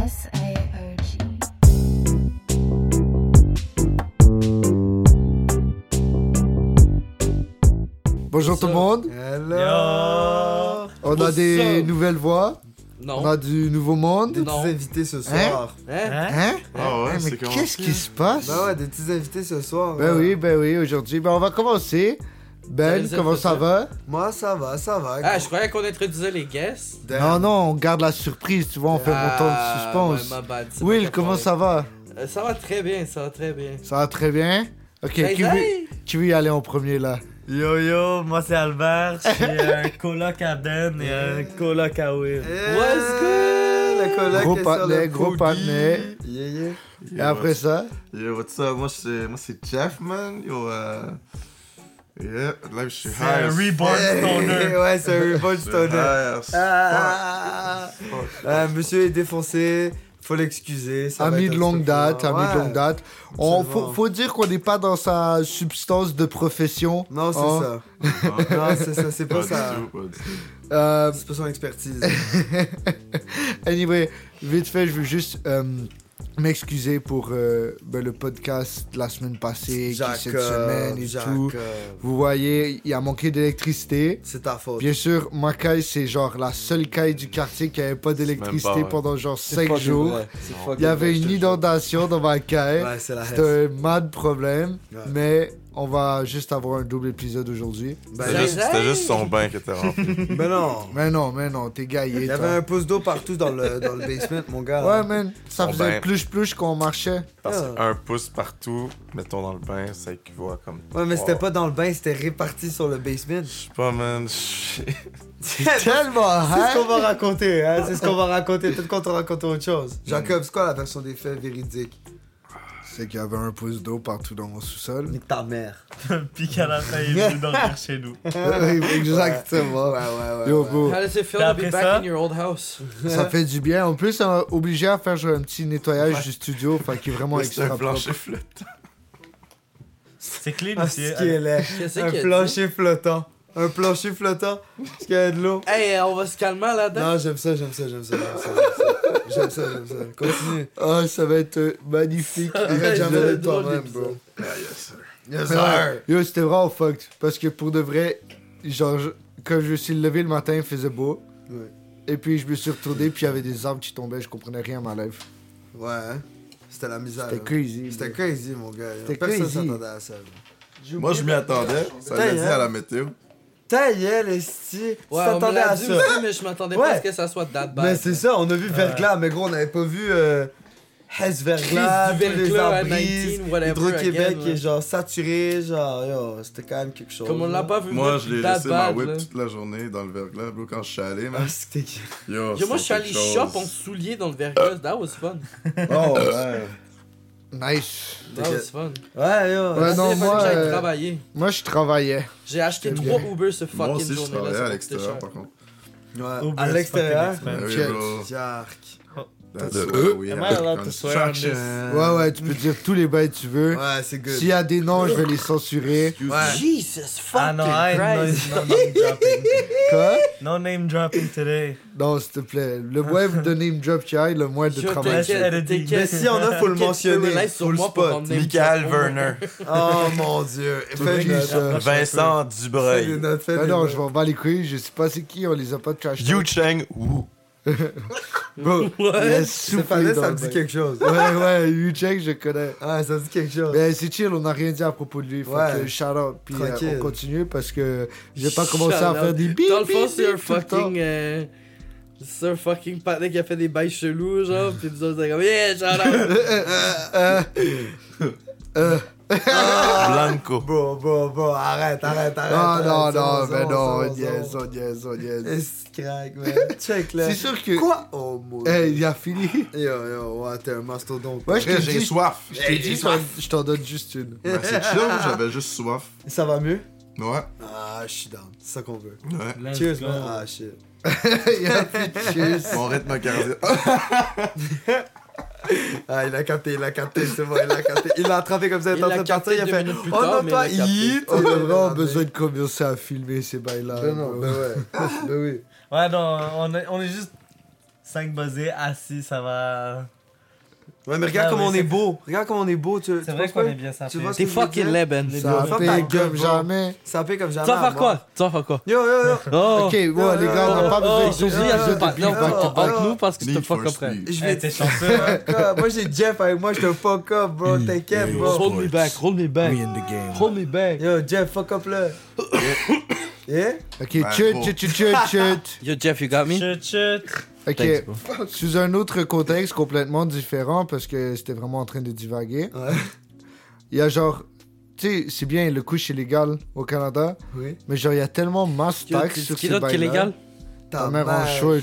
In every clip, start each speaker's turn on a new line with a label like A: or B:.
A: S-A-O-G.
B: Bonjour tout le monde.
C: Hello
B: On a
D: Bonsoir.
B: des nouvelles voix.
D: Non.
B: On a du nouveau monde.
C: Des
D: Non.
C: petits invités ce
B: Hein
C: soir.
D: Hein?
B: Hein
E: Ah ouais,
B: Hein, Mais
E: c'est comment
B: qu'est-ce qui se passe
C: Bah ouais, des petits invités ce soir. euh,
B: Ben
C: là.
B: oui, ben oui, aujourd'hui. Ben on va commencer. Ben,
D: Salut,
B: comment ça
D: salut.
B: va
C: Moi ça va, ça va.
D: Ah, je croyais qu'on introduisait les guests.
B: Non, non, on garde la surprise, tu vois, on fait
D: Ah,
B: mon temps de
D: ouais,
B: suspense.
D: my bad, c'est
B: Will,
D: pas
B: comment
D: grave.
B: ça va
D: Euh, Ça va très bien, ça va très bien.
B: Ça va très bien Ok,
D: Hey,
B: qui veut,
D: hey!
B: qui veut y aller en premier là
F: Yo yo, moi c'est Albert, je suis un coloc à Ben et un coloc à Will.
D: What's good?
C: Eh, La coloc
B: Gros
C: est sur
B: patinet,
C: le
B: gros
C: cookie.
B: patinet.
C: Yeah, yeah.
B: Et après ça
E: Yo, what's up? Moi, c'est, moi, c'est Jeff, man. Yo, euh... Yeah, là, je suis
F: C'est
E: high.
F: un
E: as
F: reborn
E: fuck.
F: stoner.
C: ouais, c'est un Revolt
E: Je suis
C: Stoner.
E: high as
C: Ah.
E: fuck. Fuck.
C: Euh, monsieur est défoncé, faut l'excuser. ça va
B: Ami
C: être
B: de
C: un
B: longue
C: truc
B: date,
C: fort.
B: ami de
C: Ouais.
B: longue date. On,
C: absolument.
B: faut, faut dire qu'on n'est pas dans sa substance de profession.
C: Non, c'est
B: Hein.
C: ça.
E: Non,
C: Non, c'est ça, c'est
E: pas
C: pas
E: du
C: ça.
E: tout, pas du tout.
B: Euh,
C: C'est pas son expertise.
B: Anyway, vite fait, je veux juste euh, m'excuser pour euh, ben, le podcast de la semaine passée, qui, cette semaine
C: Jacob,
B: et tout.
C: Jacob.
B: Vous voyez, il a manqué d'électricité.
C: C'est ta faute.
B: Bien sûr, ma caille, c'est genre la seule caille du quartier qui avait pas d'électricité
E: même pas, ouais.
B: pendant genre
C: C'est
B: 5
C: fucking
B: jours.
C: vrai, c'est
E: Il
C: fucking
B: Il y avait
C: vrai, je
B: une
C: te jure.
B: inondation dans ma caille.
C: Ouais, c'est la haine.
B: C'était un mad problème,
C: Ouais.
B: mais on va juste avoir un double épisode aujourd'hui.
C: Ben,
E: C'était
D: Jacob.
E: juste, c'était juste son bain qui était rempli.
C: ben non.
B: Mais non, mais non, t'es gaillé.
C: Il y
B: toi.
C: avait un pouce d'eau partout dans le, dans le basement, mon gars.
B: Ouais, man, ça
E: Bon,
B: faisait
E: ben.
B: pluche-pluche quand on marchait.
E: Parce
C: Ah.
E: qu'un pouce partout, mettons dans le bain, ça équivaut à comme.
C: Ouais, mais c'était
E: Wow.
C: pas dans le bain, c'était réparti sur le basement.
E: Je sais pas, man. Je-
C: c'est
B: Tellement,
C: ce
B: hein?
C: qu'on va raconter, hein. C'est ce qu'on va raconter. Peut-être qu'on te raconte autre chose. Jacob, c'est quoi la version des faits véridique
B: C'est qu'il y avait un pouce d'eau partout dans mon sous-sol.
C: Nique ta mère.
F: Puis qu'à la fin, il est venu dormir chez nous.
B: Exactement.
C: Ouais, ouais, ouais.
B: Yo,
C: ouais.
B: bro,
D: How does it feel
F: Et
D: to be
F: après
D: back
F: ça?
D: in your old house?
B: ça fait du bien. En plus, on est obligé à faire genre, un petit nettoyage du studio, enfin, qui est vraiment
E: C'est un
B: extra propre.
E: plancher flottant.
F: C'est clean hein.
C: Ah,
F: ici.
C: ce qui est laid.
D: Qu'est-ce
C: Un
D: qu'il y a
C: plancher flottant. Un plancher flottant. Parce qu'il y a de l'eau.
D: dit? Hey, euh, on va se calmer là-dedans.
C: Non, j'aime ça, j'aime ça, j'aime ça. j'aime ça, J'aime ça, j'aime ça. j'aime ça. Continue.
B: Ah, ça va être euh, magnifique.
C: Arrête jamais de
D: c'est drôle,
C: toi-même,
D: les
C: bro.
E: Ah, yes, sir.
C: Yes,
B: Mais ouais, Yo, c'était vraiment fucked. Parce que pour de vrai, genre, je- quand je me suis levé le matin, il faisait beau.
C: Ouais.
B: Et puis, je me suis retourné, puis il y avait des arbres qui tombaient, je comprenais rien à ma life.
C: Ouais, hein. C'était la misère.
B: Euh, C'était
C: hein.
B: crazy.
C: C'était
B: bro.
C: crazy, mon gars.
B: C'était
C: Personne
B: crazy.
C: s'attendait à ça. bro.
E: Moi, je m'y attendais. Ça l'a dit à la météo.
C: Ta gueule, esti. Tu
D: Ouais, on me
C: t'attendais
D: l'a
C: à
D: dit
C: ça.
D: aussi, mais je m'attendais pas à
C: Ouais.
D: ce que ça soit that bad.
C: Mais c'est ça, on a vu verglas, mais gros, on n'avait pas vu euh, Hesse verglas,
D: Crise du
C: tous les
D: verglas à
C: arbres,
D: 19, whatever,
C: Hydro-Québec
D: again,
C: qui
D: ouais.
C: est genre saturé, genre, yo, c'était quand même quelque chose.
D: Comme on l'a
C: là.
D: pas vu.
E: Moi,
D: venir,
E: je l'ai
D: that
E: laissé ma
D: bad,
E: whip
D: là.
E: toute la journée dans le verglas, bro, quand je suis allé, man.
C: Ah, c'était
E: Yo,
D: Yo, moi, je suis allé shop en
E: on
D: souliers dans le verglas. That was fun.
C: Oh, ouais.
B: Nice.
D: That was fun.
C: Ouais, yo.
B: Ouais,
D: Ah,
B: non,
D: c'est vrai,
B: moi,
D: j'ai
B: euh,
D: travaillé.
B: Moi, je travaillais.
D: J'ai acheté
B: j'étais
D: trois Uber ce
E: Moi
D: fucking
E: aussi, je
D: journée-là.
E: travaillais
D: ça
E: à
D: coûtait
E: l'extérieur,
D: cher.
E: par contre.
C: Ouais, à l'extérieur.
E: Ah oui,
B: Check.
E: bro.
C: Jarc.
E: That's
B: Euh,
E: where we
F: am
E: have
F: I allowed to swear on
E: construction.
F: this?
B: Ouais, ouais, tu peux dire tous les bails que tu veux.
C: euh, Ouais, c'est good.
B: S'il y a des noms, je vais les censurer.
E: Excuse
C: Ouais.
D: Jesus
F: Ah
D: fucking
F: non, I
D: Christ.
F: no, no name dropping.
B: Quoi?
F: No name dropping today.
B: Non, s'il te plaît. Le moins de name drop qu'il y a, le moins de
D: Je
B: travail.
F: t'ai-
D: t'inquiète, t'inquiète.
C: Mais si on a, faut le
D: T'inquiète, tu peux
C: mentionner.
D: rely sur
C: Faut le
D: moi pour
C: spot.
D: emmener-
G: Michael Werner,
C: Oh mon dieu. Fais
B: Oublie
C: des
B: ça.
G: Vincent
C: des
G: Dubreuil,
C: notes, fais
B: euh, Ah
C: des
B: non,
C: notes.
B: je m'en bats les couilles, je sais pas c'est qui, on les a pas trash.
G: Yu Cheng Wu.
B: Bro, il a soufflé
C: Stéphane,
B: dans
C: ça
B: le
C: me dit
B: bail.
C: quelque chose.
B: Ouais, ouais, Yu Cheng, je connais.
C: Ouais, ça me dit quelque chose.
B: Mais c'est chill, on n'a rien dit à propos de lui. Faut
C: Ouais.
B: que shout out. Puis euh,
C: Tranquille.
B: on continue parce que j'ai pas commencé à
D: Shout-out.
B: faire des bip.
D: Dans le fond,
B: bip,
D: c'est un
B: bip tout le temps.
D: fucking. euh, C'est un fucking patin qui a fait des bails chelous, genre, pis nous autres, c'est comme, yeah, shout out!
G: Blanco.
C: Ah! Bon, bon, bon, arrête, arrête, arrête.
B: Non,
C: arrête,
B: Ah, non,
C: c'est
B: non,
C: bon,
B: mais
C: c'est bon,
B: non,
C: c'est bon,
B: yes,
C: c'est bon.
B: on yes, on yes.
C: Est-ce que craque, man. Check là.
B: C'est sûr que.
C: Quoi? Oh mon
B: Eh, il a fini.
C: Yo, yo, ouais, t'es un mastodonte.
B: Ouais, je
E: Après,
B: t'ai
E: j'ai
B: dit.
E: soif.
B: Je t'ai dit, je t'en- je t'en donne juste une.
E: Ben, c'est chill, moi, j'avais juste soif.
C: Ça va mieux?
E: Ouais.
C: Ah, je suis down. C'est ça qu'on veut.
E: ouais.
F: Let's
C: Cheers,
F: go.
C: man. Ah, shit.
B: Il y a plus de cheese.
E: Mon rythme cardiaque. Ah,
C: Ah, il a capté, il a capté, c'est bon, il a capté. Il l'a attrapé comme ça, il est
D: Il
C: en
D: l'a
C: train de partir, il a
D: capté
C: fait.
D: deux minutes plus
C: Oh
D: tard,
C: non,
D: mais
C: toi,
D: il l'a capté.
C: hit!
B: On a vraiment
C: Ah,
B: besoin de commencer à filmer ces bails-là. Euh,
C: Ben non,
B: bro.
C: ben ouais. Ben oui.
F: Ouais, non, on est, on est juste 5 buzzés, assis, ça va.
C: Ouais, Ah, mais regarde
F: Non,
C: comme
F: mais
C: on
F: c'est-
C: est beau. Regarde comme on est beau. Tu,
F: C'est vrai qu'on est bien Eh, sapé.
C: Tu vois ce
D: T'es
C: que je veux
D: fucking
C: dire?
D: leben.
C: Les
D: Tu
B: Ça
C: gars, ferme ta
B: paye
C: gueule,
B: comme
C: bro.
B: jamais.
C: Ça fait comme jamais.
D: vas
C: à
D: faire
C: moi.
D: quoi Tu vas faire quoi
C: Yo, yo, yo.
D: Oh
B: Ok, ouais, les gars, on n'a pas
D: oh,
B: besoin
D: je te dis,
B: d'épisodes
D: elle veut pas-
B: de
D: non,
B: back to
D: on parle
B: back.
D: entre nous parce que je te
E: Need
D: fuck
E: for
D: après.
E: Speed.
C: Je
F: Eh,
C: vais
F: t'es chanceux, hein.
C: fuck up. Moi, j'ai Jeff avec moi. Je te fuck up, bro. T'inquiète, bro.
D: Roll me back, roll me back.
B: in the game.
D: Roll me back.
C: Yo, Jeff, fuck up là. Yeah?
B: Ok,
E: Ben,
B: chut,
E: bon.
B: chut, chut, chut, chut.
D: Yo, Jeff, you got me?
F: Chut, chut.
B: Ok,
D: Thanks, bro.
B: sous un autre contexte complètement différent parce que c'était vraiment en train de divaguer.
C: Ouais.
B: Il y a genre, tu sais, c'est bien, le couche est légal au Canada,
C: Oui.
B: mais genre, il y a tellement masse
D: Yo,
B: taxe
D: tu-
B: sur
D: Qui
B: ces
D: d'autre qui est
B: bails-là.
D: légal
C: Ah,
B: Ta mère en
C: mère.
B: short.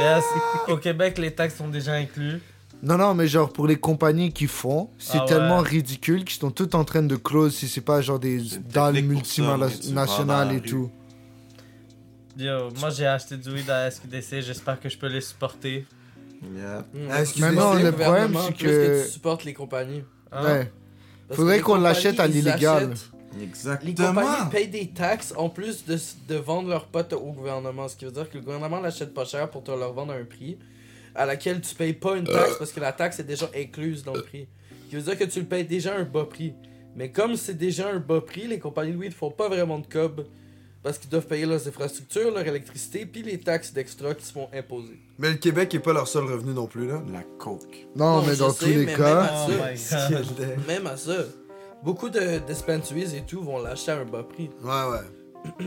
F: Yes. Au Québec, les taxes sont déjà inclus.
B: Non, non, mais genre pour les compagnies qui font, c'est
F: Ah ouais.
B: tellement ridicule qu'ils sont toutes en train de close si c'est pas genre des
E: une
B: dalles
E: technique pour ça, où tu vas dans
B: multinationales
E: la
B: et
E: rue.
B: tout.
F: Yo, moi j'ai acheté du weed à SQDC, j'espère que je peux les supporter.
E: Yeah.
D: Ah,
C: Excusez-moi.
B: Maintenant, le
D: gouvernement,
B: problème, c'est
D: plus que...
B: que-
D: tu supportes les compagnies.
F: Hein?
B: Ouais.
D: Parce
B: Faudrait
D: que les
B: qu'on l'achète à
D: compagnies, ils
B: l'illégal.
D: achètent- Les compagnies
E: Exactement.
D: payent des taxes en plus de, s- de vendre leurs potes au gouvernement. Ce qui veut dire que le gouvernement l'achète pas cher pour te leur vendre à un prix à laquelle tu payes pas une taxe parce que la taxe est déjà incluse dans le prix. Ce qui veut dire que tu le payes déjà à un bas prix. Mais comme c'est déjà un bas prix, les compagnies de weed font pas vraiment de cob parce qu'ils doivent payer leurs infrastructures, leur électricité, puis les taxes d'extra qui se font imposer.
C: Mais le Québec est pas leur seul revenu non plus, là.
E: La coke.
B: Non,
D: Non,
B: mais
D: je
B: dans
D: sais,
B: tous les
D: mais
B: cas,
D: même
F: Oh
D: Dieu.
F: my god.
C: ouais,
D: Même à ça, beaucoup de dispensaries et tout vont l'acheter à un bas prix.
C: ouais.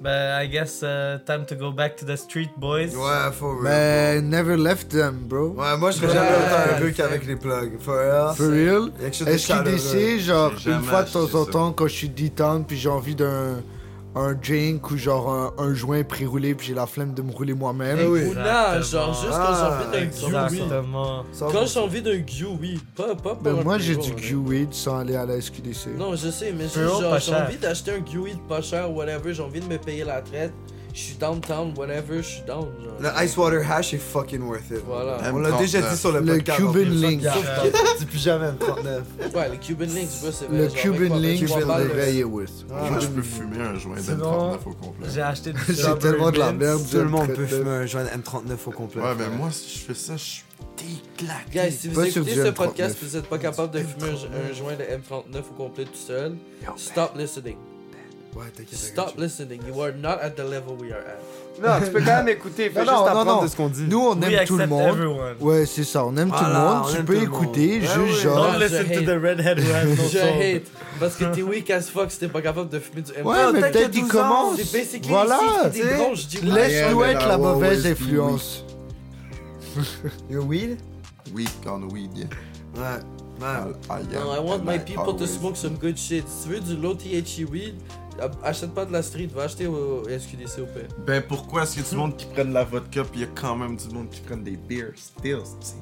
F: Ben, I guess uh, time to go back to the street, boys.
C: Ouais, for real.
B: mais never left them, bro.
C: Ouais, moi, je serais
D: Ouais,
C: jamais autant
D: c'est-
C: heureux qu'avec les plugs. For real.
B: For real.
C: Quelque chose de chaleureux.
B: SQDC, genre,
E: J'ai
B: une
E: jamais
B: fois de temps
E: acheté
B: en
E: ça.
B: temps, quand je suis détente, puis j'ai envie d'un un drink ou genre un, un joint pré-roulé, puis j'ai la flemme de me rouler moi-même.
C: Ah oui.
D: Ou non, genre juste quand j'ai envie d'un
C: Exactement.
D: Q, oui.
F: Ah, Exactement.
D: Quand j'ai envie d'un Q, oui. Pas, pas pour
B: Ben,
D: un
B: moi, j'ai
D: Playboy,
B: du
D: là.
B: Q-Weed sans aller à la SQDC.
D: Non, je sais, mais j'ai
F: Pure,
D: genre-
F: pas
D: j'ai
F: cher.
D: envie d'acheter un Q de pas cher, whatever. J'ai envie de me payer la traite. Je suis downtown, whatever, je suis down. Genre.
C: Le Ice Water Hash est fucking worth it.
B: Ah.
D: Voilà.
C: On l'a déjà dit sur le,
B: Le
C: podcast.
B: Cuban Link.
C: Dis plus jamais, 39.
D: Ouais, les Cuban Links, ouais, c'est
B: Le
D: vrai. genre, avec ben,
B: Cuban
D: quoi,
B: Link,
D: avec
B: je
D: trois
B: vais
D: balles,
B: réveiller with.
E: Moi, je peux fumer un joint
F: Sinon-
E: d'M39 au complet.
F: J'ai acheté du
B: J'ai tellement de la
F: Strawberry
B: merde.
F: Mints.
C: Tout le monde peut
B: Traite-le.
C: fumer un joint de M39 au complet.
E: Ouais, mais moi, si je fais ça, je suis
D: euh,
E: déclaté.
D: Guys, si vous
B: Pas sur
D: écoutez
B: du
D: ce
B: M39.
D: podcast et vous n'êtes pas capable de fumer un, un joint de M39 au complet tout seul, stop listening.
C: Ouais, t'inquiète.
D: Stop listening. You are not at the level we are at.
C: Non, tu peux quand même écouter.
B: fais Non, juste non, apprendre non, non. de
C: ce qu'on dit.
B: Nous, on
F: We
B: aime tout le
F: accept
B: monde.
F: everyone.
B: Ouais, c'est ça, on aime tout le
C: Voilà,
B: monde.
C: on
B: Tu
C: aime
B: peux
C: tout le monde.
B: écouter,
D: Eh
C: Ouais,
B: juste
C: ouais.
B: genre.
F: Don't listen to the redhead who has no
D: Ah, Je
F: soul.
D: hate. Parce que t'es weak as fuck si t'es pas capable de fumer du M39.
B: Ouais, mais
C: t'as que
B: peut-être il
C: 12 ans,
B: commence.
D: C'est basically
B: Voilà,
D: ici,
B: tu
D: des
B: sais.
D: bronches, je dis là.
B: Laisse-nous
E: Yeah,
B: être
E: but
B: la
E: I will
B: mauvaise
E: always be
B: influence.
C: Your weed?
E: Weak on weed, yeah.
C: Ouais. Ouais.
E: I am,
D: Non, I want
E: and
D: my people to
E: always-
D: smoke some good shit. Si tu veux du low THC weed, a- achète pas de la street, va acheter au SQDC au pire.
E: Ben pourquoi est-ce qu'il y a du monde qui prennent la vodka pis il y a quand même du monde qui prennent des beers still, tu sais.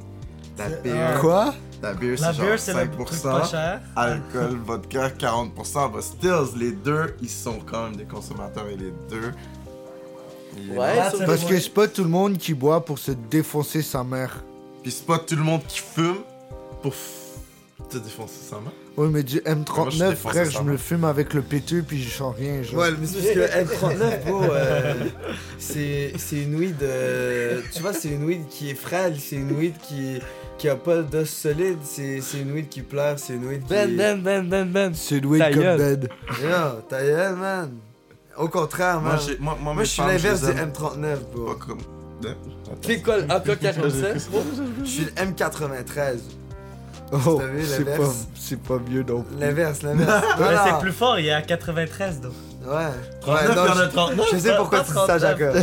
E: La beer,
B: Quoi?
E: la beer
F: La
E: c'est genre
F: bière, c'est le truc pas
E: 5%,
F: cher.
E: alcool, vodka 40%, bah stills, les deux, ils sont quand même des consommateurs et les deux. ils-
D: Ouais,
F: That's
D: sauf-
F: a-
B: Parce que
F: Ouais.
B: c'est pas tout le monde qui boit pour se défoncer sa mère.
E: Pis c'est pas tout le monde qui fume pour f- te défoncer sa main.
B: Oui, mais du
E: Moi, je
B: M39,
E: défonce
B: frère,
E: sa
B: je
E: mère.
B: me le fume avec le péteux puis je sens rien. Genre.
C: Ouais, mais c'est parce que le M39, bro, euh, c'est c'est une weed. euh, tu vois, c'est une weed qui est frêle, c'est une weed qui, qui a pas d'os solide, c'est c'est une weed qui pleure, c'est une weed qui.
D: Ben, ben, ben, ben, ben.
B: C'est loué
D: Ta
B: comme
D: gueule.
B: bed.
C: Yo, ta gueule, man. Au contraire,
E: Moi,
C: man.
E: j'ai- moi, moi,
C: Moi,
E: mes
C: je suis
E: femmes,
C: l'inverse
E: les
C: du
E: aime
C: M39,
E: Pas
C: bro.
E: comme.
D: C'est quoi le AK-47 bro?
C: Je suis le M93.
B: Oh,
C: T'as vu,
B: c'est
C: l'inverse.
B: pas, c'est pas mieux non plus.
C: L'inverse, l'inverse.
F: Mais c'est
C: Voilà.
F: plus fort, il est à 93 donc.
C: Ouais. Ouais,
F: 39
C: non,
F: dans
C: je-
F: le 39.
C: Je sais pourquoi
F: pas
C: tu dis ça,
F: 39.
C: Jacob.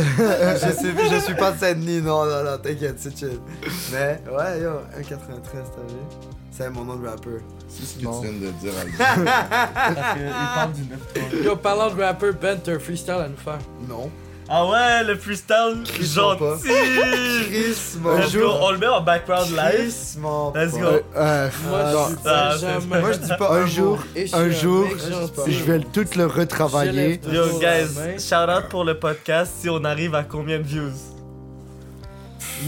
C: je sais plus, je suis pas de Saint-Denis. Non, non, non, t'inquiète, c'est chill. Mais, ouais, yo, 1,93, t'as vu? C'est mon nom de rappeur.
E: C'est ce que
B: Non.
E: tu viens de dire, Albert.
F: Parce qu'il parle du 9
D: Yo, parlant de rapper, Ben, t'as un freestyle à nous faire.
C: Non.
F: Ah ouais, le freestyle
C: Chris, pas.
F: gentil.
C: Chris, mon
F: Let's go, on le met en background live.
C: Chris, mon
F: Let's go.
B: Euh, euh,
D: Moi,
B: non.
D: je dis
F: Ah,
D: ça
F: c'est-
D: jamais.
C: Moi, je dis pas
B: un jour,
D: Et je suis
B: un jour,
D: mec gentil.
B: je vais tout le
D: Je
B: retravailler.
D: lève
F: Yo
D: toujours la main.
F: guys, shout out pour le podcast si on arrive à combien de views.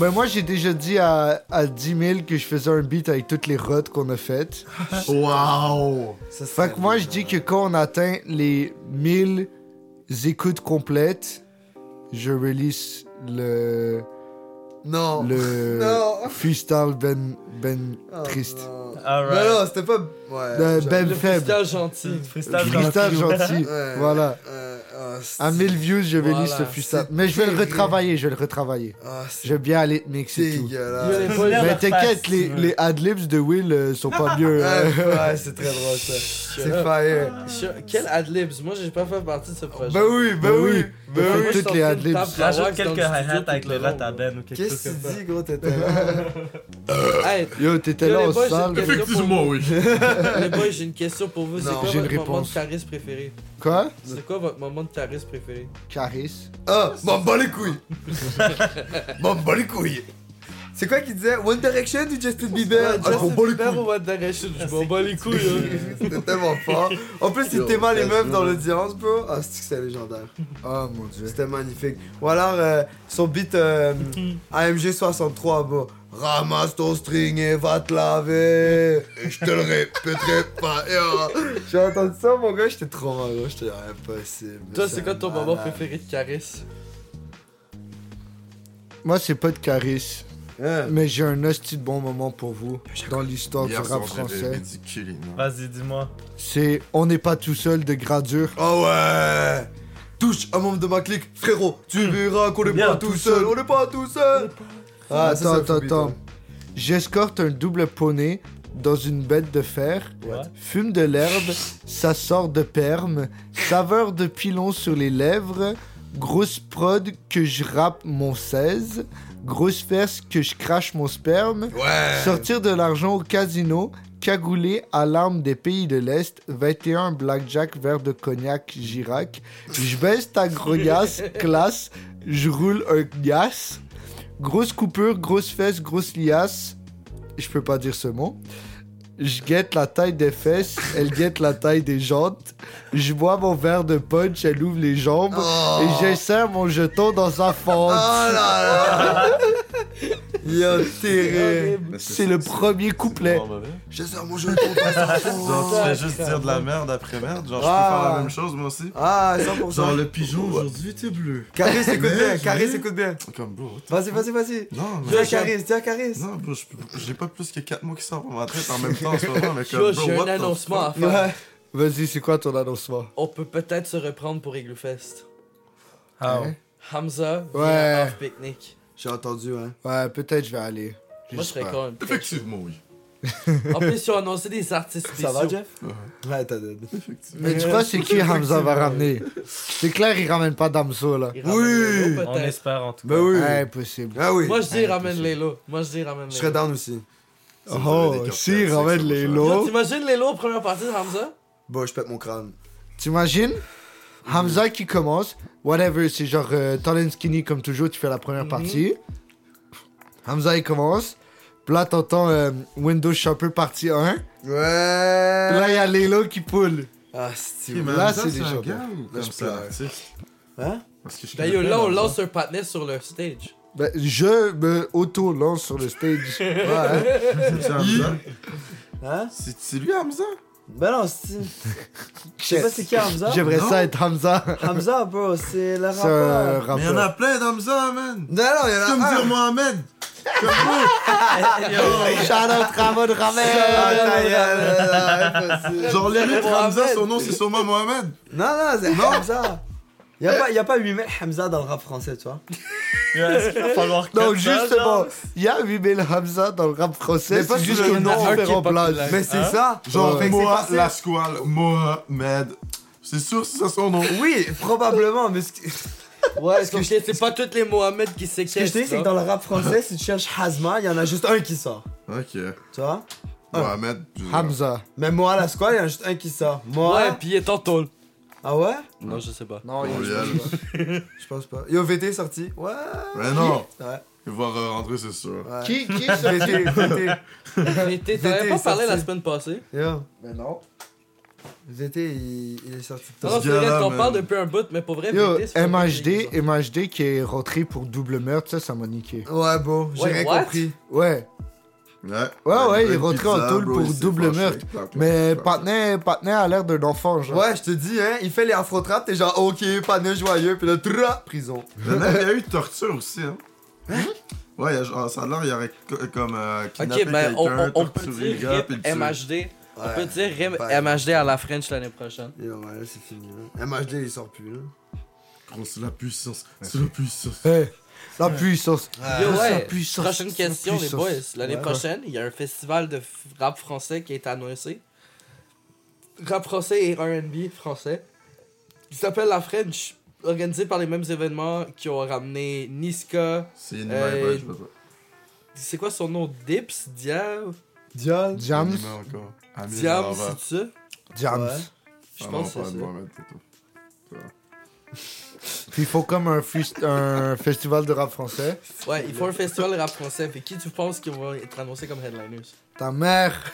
B: Mais moi, j'ai déjà dit à, à 10 000 que je faisais un beat avec toutes les rotes qu'on a faites.
E: Wow!
C: Ça, c'est
B: Fait que moi, je dis que quand on atteint les 1000 écoutes complètes, je release le,
C: Non.
B: Le
C: Non.
B: freestyle Ben, ben
C: Oh,
B: Triste.
C: non.
F: Alright.
C: Non, non, c'était pas. Ouais.
B: Le
C: j'avoue.
B: Ben
D: Le
B: Faible.
D: freestyle gentil.
F: Freestyle
B: Freestyle gentil.
C: Ouais.
B: Voilà.
C: Euh, ah, c'est-
B: À 1000 views, je vais
D: Voilà,
B: lire ce freestyle.
C: c'est
B: Mais je vais le
C: terrible.
B: retravailler, je vais le retravailler.
C: Ah, c'est
B: Je vais bien aller te mixer tout.
C: dégueulasse.
D: Yo, les
F: Faire
D: boys,
B: Mais
F: leur
B: t'inquiète,
F: face.
B: les, les adlibs de Will euh, sont pas mieux. hein.
C: Ouais, Ah, ouais, c'est très drôle ça. Ah.
D: shut
C: C'est
D: up.
C: fire.
D: Shut- Quel adlibs Moi, j'ai pas fait partie de ce projet.
C: Ben oui, ben
B: Ben oui.
C: oui.
B: Ben
D: Moi,
B: oui,
D: je
B: toutes
D: sortais
B: les
D: une
B: adlibs.
D: table à
F: Rajoute
D: wax dans le
F: quelques
D: studio
F: hi-hats
D: tout
F: avec le rat
D: long.
F: à Ben ou quelque chose
C: Qu'est-ce
F: comme
C: que
F: ça.
C: tu dis, gros, t'étais là?
D: Hey,
B: Yo, t'étais là
D: Yo, les
B: en
D: boys,
B: salle.
D: j'ai une question pour vous.
E: oui.
D: Les boys, j'ai une question pour vous. C'est
C: Non.
D: quoi
B: J'ai une
D: votre moment de
B: réponse.
D: charisme préféré
B: Quoi
D: C'est quoi votre moment de charisme préféré
B: Caris.
C: Ah,
E: M'en bats les couilles. M'en bats les couilles.
C: c'est quoi qu'il disait? One Direction ou Justin Bieber?
D: Ouais,
C: Ah,
D: Justin
C: on bat les
D: Bieber
C: couilles.
D: ou One Direction Je m'en bats les couilles. hein.
C: C'était tellement fort. En plus,
E: Yo,
C: c'était mal les
E: yes,
C: meufs dans
E: man.
C: l'audience, bro. Ah, c'est que c'est légendaire. Ah,
B: Oh mon dieu.
C: C'était magnifique. Ou alors, euh, son beat euh, AMG 63, bro. Ramasse ton string et va te laver. Et je te le répéterai pas. Yo. J'ai entendu ça, mon gars, j'étais trop mal, gros. J'étais ah, impossible. Ah,
D: Toi, c'est quoi ton
C: malade.
D: moment préféré de charisme
B: Moi, c'est pas de Caris.
C: Hein?
B: Mais j'ai un hostie de bon moment pour vous dans l'histoire du
E: Hier
B: rap
E: soir, j'avais
B: français.
E: ridiculé. non?
F: Vas-y, dis-moi.
B: C'est On n'est pas tout seul de Gradure.
C: Ah ouais Touche un membre de ma clique, frérot, tu verras qu'on est
F: Bien,
C: pas Hmm. tout seul, on est pas tout seul Ah,
B: attends,
C: ça, c'est
B: attends,
C: un fou
B: attends. J'escorte un double poney dans une bête de fer.
F: Ouais.
B: Fume de l'herbe, ça sort de perme. Saveur de pilon sur les lèvres. Grosse prod que je rappe mon 16. Grosse fesse que je crache mon sperme.
E: Ouais.
B: Sortir de l'argent au casino, cagoulé à l'arme des pays de l'Est, 21 blackjack, verre de cognac, Girac. Je baisse ta grognasse, classe, je roule un gas. Grosse coupure, grosse fesse, grosse liasse. Je peux pas dire ce mot. Je guette la taille des fesses, elle guette la taille des jantes. Je bois mon verre de punch, elle ouvre les jambes. Et j'insère mon jeton dans sa fente.
E: Ah
C: Oh là là Yo, terrible
D: Horrible.
B: C'est le premier couplet.
C: Je sors mon jeu de
E: Genre, tu fais juste dire de la merde après merde. Genre, je peux
C: Ah.
E: faire la même chose, moi aussi.
C: Ah, 100%
E: Genre, le pigeon, aujourd'hui, t'es bleu.
C: Caris, écoute bien,
E: Mais,
C: Caris,
E: mais-
C: écoute bien
E: Comme, bro, what
C: Vas-y,
E: the-
C: vas-y, vas-y
E: Non,
C: Dis à
E: mais...
C: Caris, dis à Caris
E: Non, bro, je peux- j'ai pas plus que 4 mots qui sortent pour ma tête en même temps en ce moment, mais
D: Yo,
E: comme, bro,
D: j'ai
E: what
D: un
E: the
D: annoncement à faire.
C: Ouais
B: Vas-y, c'est quoi ton annoncement?
D: On peut peut-être se reprendre pour Igloo Fest.
F: Ah, ouais.
D: Hamza, vient
B: Ouais.
D: à Off Picnic.
C: J'ai entendu, hein
B: Ouais, peut-être je vais aller.
D: Moi, je
B: J'espère.
D: serais con.
E: fuck? Effectivement, oui.
D: En plus, ils ont annoncé des artistes spéciaux.
C: Ça va, Jeff
E: Ouais.
C: Ouais, t'as donné
E: Effectivement.
B: Mais tu vois, c'est qui Hamza va ramener? C'est clair, il ramène pas Damso, là.
D: Ils ramènent Lelo,
F: On
D: peut-être.
F: espère en tout cas.
C: Ben oui
B: Impossible.
C: Ah oui
D: Moi, je dis ramène Lélo. Moi, je dis ramène
C: Je serais
D: Lélo.
C: down aussi
E: Ça me donnait
B: Oh,
E: des cartes
B: si, il
E: classiques,
B: ramène
E: ça,
B: les
E: mon
D: Yo,
B: lots.
D: t'imagines Lélo, première partie de Hamza
C: Bon, je pète mon crâne
B: T'imagines? Hamza qui commence, whatever, c'est genre euh, tall and skinny comme toujours, tu fais la première partie. Hamza il commence, puis là t'entends euh, Windows Shopper partie 1, Puis
C: Ouais
B: là il y a Lelo qui pull.
C: Ah, c'est
E: Ok, mais
B: Là,
E: Hamza,
B: c'est
E: un
B: déjà
E: gars ou
C: Là,
E: comme
C: je
E: c'est
C: pleure.
E: un artiste?
C: Hein
E: Parce que je
D: Ben,
E: connais
D: yo, là, on
E: Hamza.
D: lance un partner sur leur stage.
B: Ben, je me auto-lance sur le stage. Ouais, hein.
E: C'est Hamza.
C: Hein
E: C'est c'est lui, Hamza?
C: Ben non, c'est... Je sais pas c'est qui Hamza
B: J'aimerais
E: Non.
B: ça être Hamza.
C: Hamza, bro, c'est le
B: C'est un
C: rappeur
E: Mais y'en a
B: rappeur.
E: plein d'Hamza, man!
C: Non, non, il y
E: Comme
C: en a
E: dire
C: un
E: Mohamed!
B: Shout out Ramon Ramel.
C: Ah, ta gueule, là, impossible.
E: Genre, les
D: Mohamed.
E: lettres Hamza, son nom, c'est sûrement Mohamed!
C: Non, non, c'est Hamza Y'a pas, y a pas 8000 Hamza dans le rap français, tu vois
F: Est-ce qu'il va falloir que
B: Donc
F: ça,
B: justement,
F: genre?
B: il y a 8000 Hamza dans le rap français,
C: Mais pas
B: c'est
C: sous
B: juste
C: le
B: que nom
C: nom.
D: Un qui est
B: différent
D: populaire.
B: place.
C: Mais c'est
F: Hein
C: ça
E: Genre,
C: fait que c'est
E: Moa,
C: facile.
E: la squale, Mohamed. C'est sûr que c'est ça son nom.
C: Oui, probablement, mais ce que... Ouais,
D: Parce
C: ce
D: que
C: que je
D: je c'est pas tous les Mohamed qui
C: ce que je
D: séquestrent.
C: te dis, c'est que dans le rap français, si tu cherches Hazma, y'en a juste un qui sort,
E: Ok.
C: tu vois Ah.
E: Mohamed. je-
B: Hamza.
C: Mais moi, la squad, y'en a juste un qui sort Moi
D: Ouais, pis il est en tôle.
C: Ah ouais
D: Non, je sais pas.
B: Non,
E: il y a- Montréal.
C: Je pense pas. Yo, VT est sorti Ouais
E: Mais non,
C: Ouais,
E: il va rentrer, c'est sûr.
C: ouais.
B: Qui, qui est ce-
C: VT, VT
D: L'été, t'en avais
C: L'été
D: pas
C: est
D: parlé la
C: sorti.
D: semaine passée.
C: Yo,
B: Mais non.
C: VT, il, il est sorti de
D: Non,
E: Ce
D: non, c'est vrai,
E: gars-là,
D: t'en
E: man.
D: parles depuis un bout, mais pour vrai,
B: Yo,
D: VT, c'est pas
B: MHD,
D: compliqué, ça.
B: MHD qui est rentré pour double meurtre, ça, ça m'a niqué.
C: Ouais, bon, j'ai
D: Ouais,
C: rien
D: what
C: compris.
B: Ouais.
E: Ouais,
B: ouais, il est
E: une
B: rentré en
E: pizza,
B: tôle
E: bro,
B: pour
E: il s'est
B: double
E: fâché,
B: meurtre.
E: clac, clac,
B: Mais
E: clac.
B: Patnay, Patnay a l'air d'un enfant, genre.
C: Ouais, je te dis, hein, il fait les afro-trap, t'es genre, ok, panneau joyeux, puis là, tra, prison.
E: Mais même, Il y a eu torture aussi, hein. Ouais, il y a genre- ça a l'air, il y aurait co- comme. euh, kidnappé
D: Ok, ben on,
E: quelqu'un,
D: on- on peut
E: torturé le
D: dire
E: gars, puis
D: RIP
E: le tuer.
D: MHD. On peut dire RIP
C: Ouais.
D: MHD à la French l'année prochaine.
C: Et ouais, là, c'est fini. hein. Là. MHD, il sort plus. hein. Là.
E: Gros, c'est la puissance. C'est la puissance.
B: Hey, la puissance.
D: Yo,
B: Ah,
D: ouais.
B: ça pue, ça,
D: Prochaine
B: ça
D: question,
B: pue,
D: les
B: ça.
D: boys. L'année
C: Ouais.
D: prochaine, il y a un festival de f- rap français qui est annoncé. Rap français et R&B français. Il s'appelle La French, organisé par les mêmes événements qui ont ramené Niska.
E: C'est une
D: Euh,
E: ouais, ouais, je sais pas.
D: C'est quoi son nom Dips Diab
C: Dial.
B: Jams,
E: Anima encore. Anima,
D: Diab,
E: on va.
D: c'est ça
B: Jams.
C: Ouais.
D: Je
E: bah. Ah non,
D: pense
E: on
D: que c'est
E: va
D: ça.
E: devoir arrêter, toi.
B: Puis il faut comme un, fus- un festival de rap français.
D: Ouais, il faut un festival rap français. Fait qui tu penses qui va être annoncé comme headliners
B: Ta mère.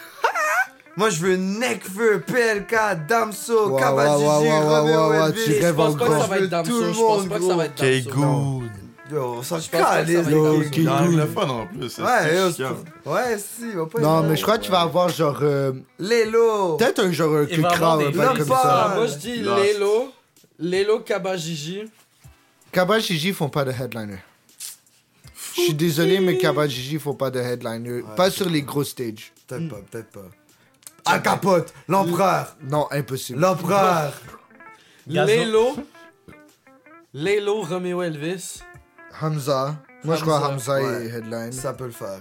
C: Moi, je veux Nekfeu, PLK, Damso,
B: Ouah,
C: Kabadjiji,
B: ouah, ouah, ouah,
C: Romeo
B: ouah,
C: Elvis.
B: tu
D: Je
B: rêves
D: pense pas que
B: encore.
D: ça va être
C: Tout
D: Damso.
C: le
D: Je pense
C: monde,
D: pas que ça
C: gros.
D: va être Damso.
C: Yo, on s'en
D: Je pense pas que ça va
C: calisse,
D: être
C: yo.
D: Damso.
B: Kid
E: Il a
B: Gould.
E: le fun en plus. c'est-
C: Ouais,
E: c'est
C: yo,
E: chiant.
C: c'est- ouais, si, il va pas
B: Non,
C: être-
B: mais je crois que tu vas avoir genre. euh,
C: Lélo.
B: Peut-être un genre un
F: Il
B: cul
F: va avoir
B: crave, un
F: des
B: bail comme
C: lampes.
B: ça.
C: Ah,
D: Moi, je dis
E: Lost.
D: Lelo. Lelo Kabajiji.
B: Kabajiji font pas de headliner. Je suis désolé, mais Kabajiji font pas de headliner. Pas sur les gros stages.
D: Hmm.
C: Peut-être pas, peut-être pas. À Ah, capote, l'empereur,
B: Non, impossible.
C: l'empereur.
F: Gazo.
D: Lelo. Lelo Romeo Elvis.
B: Hamza. Moi, je crois
D: Hamza,
B: Hamza
C: ouais.
B: est headline.
C: Ça peut le faire.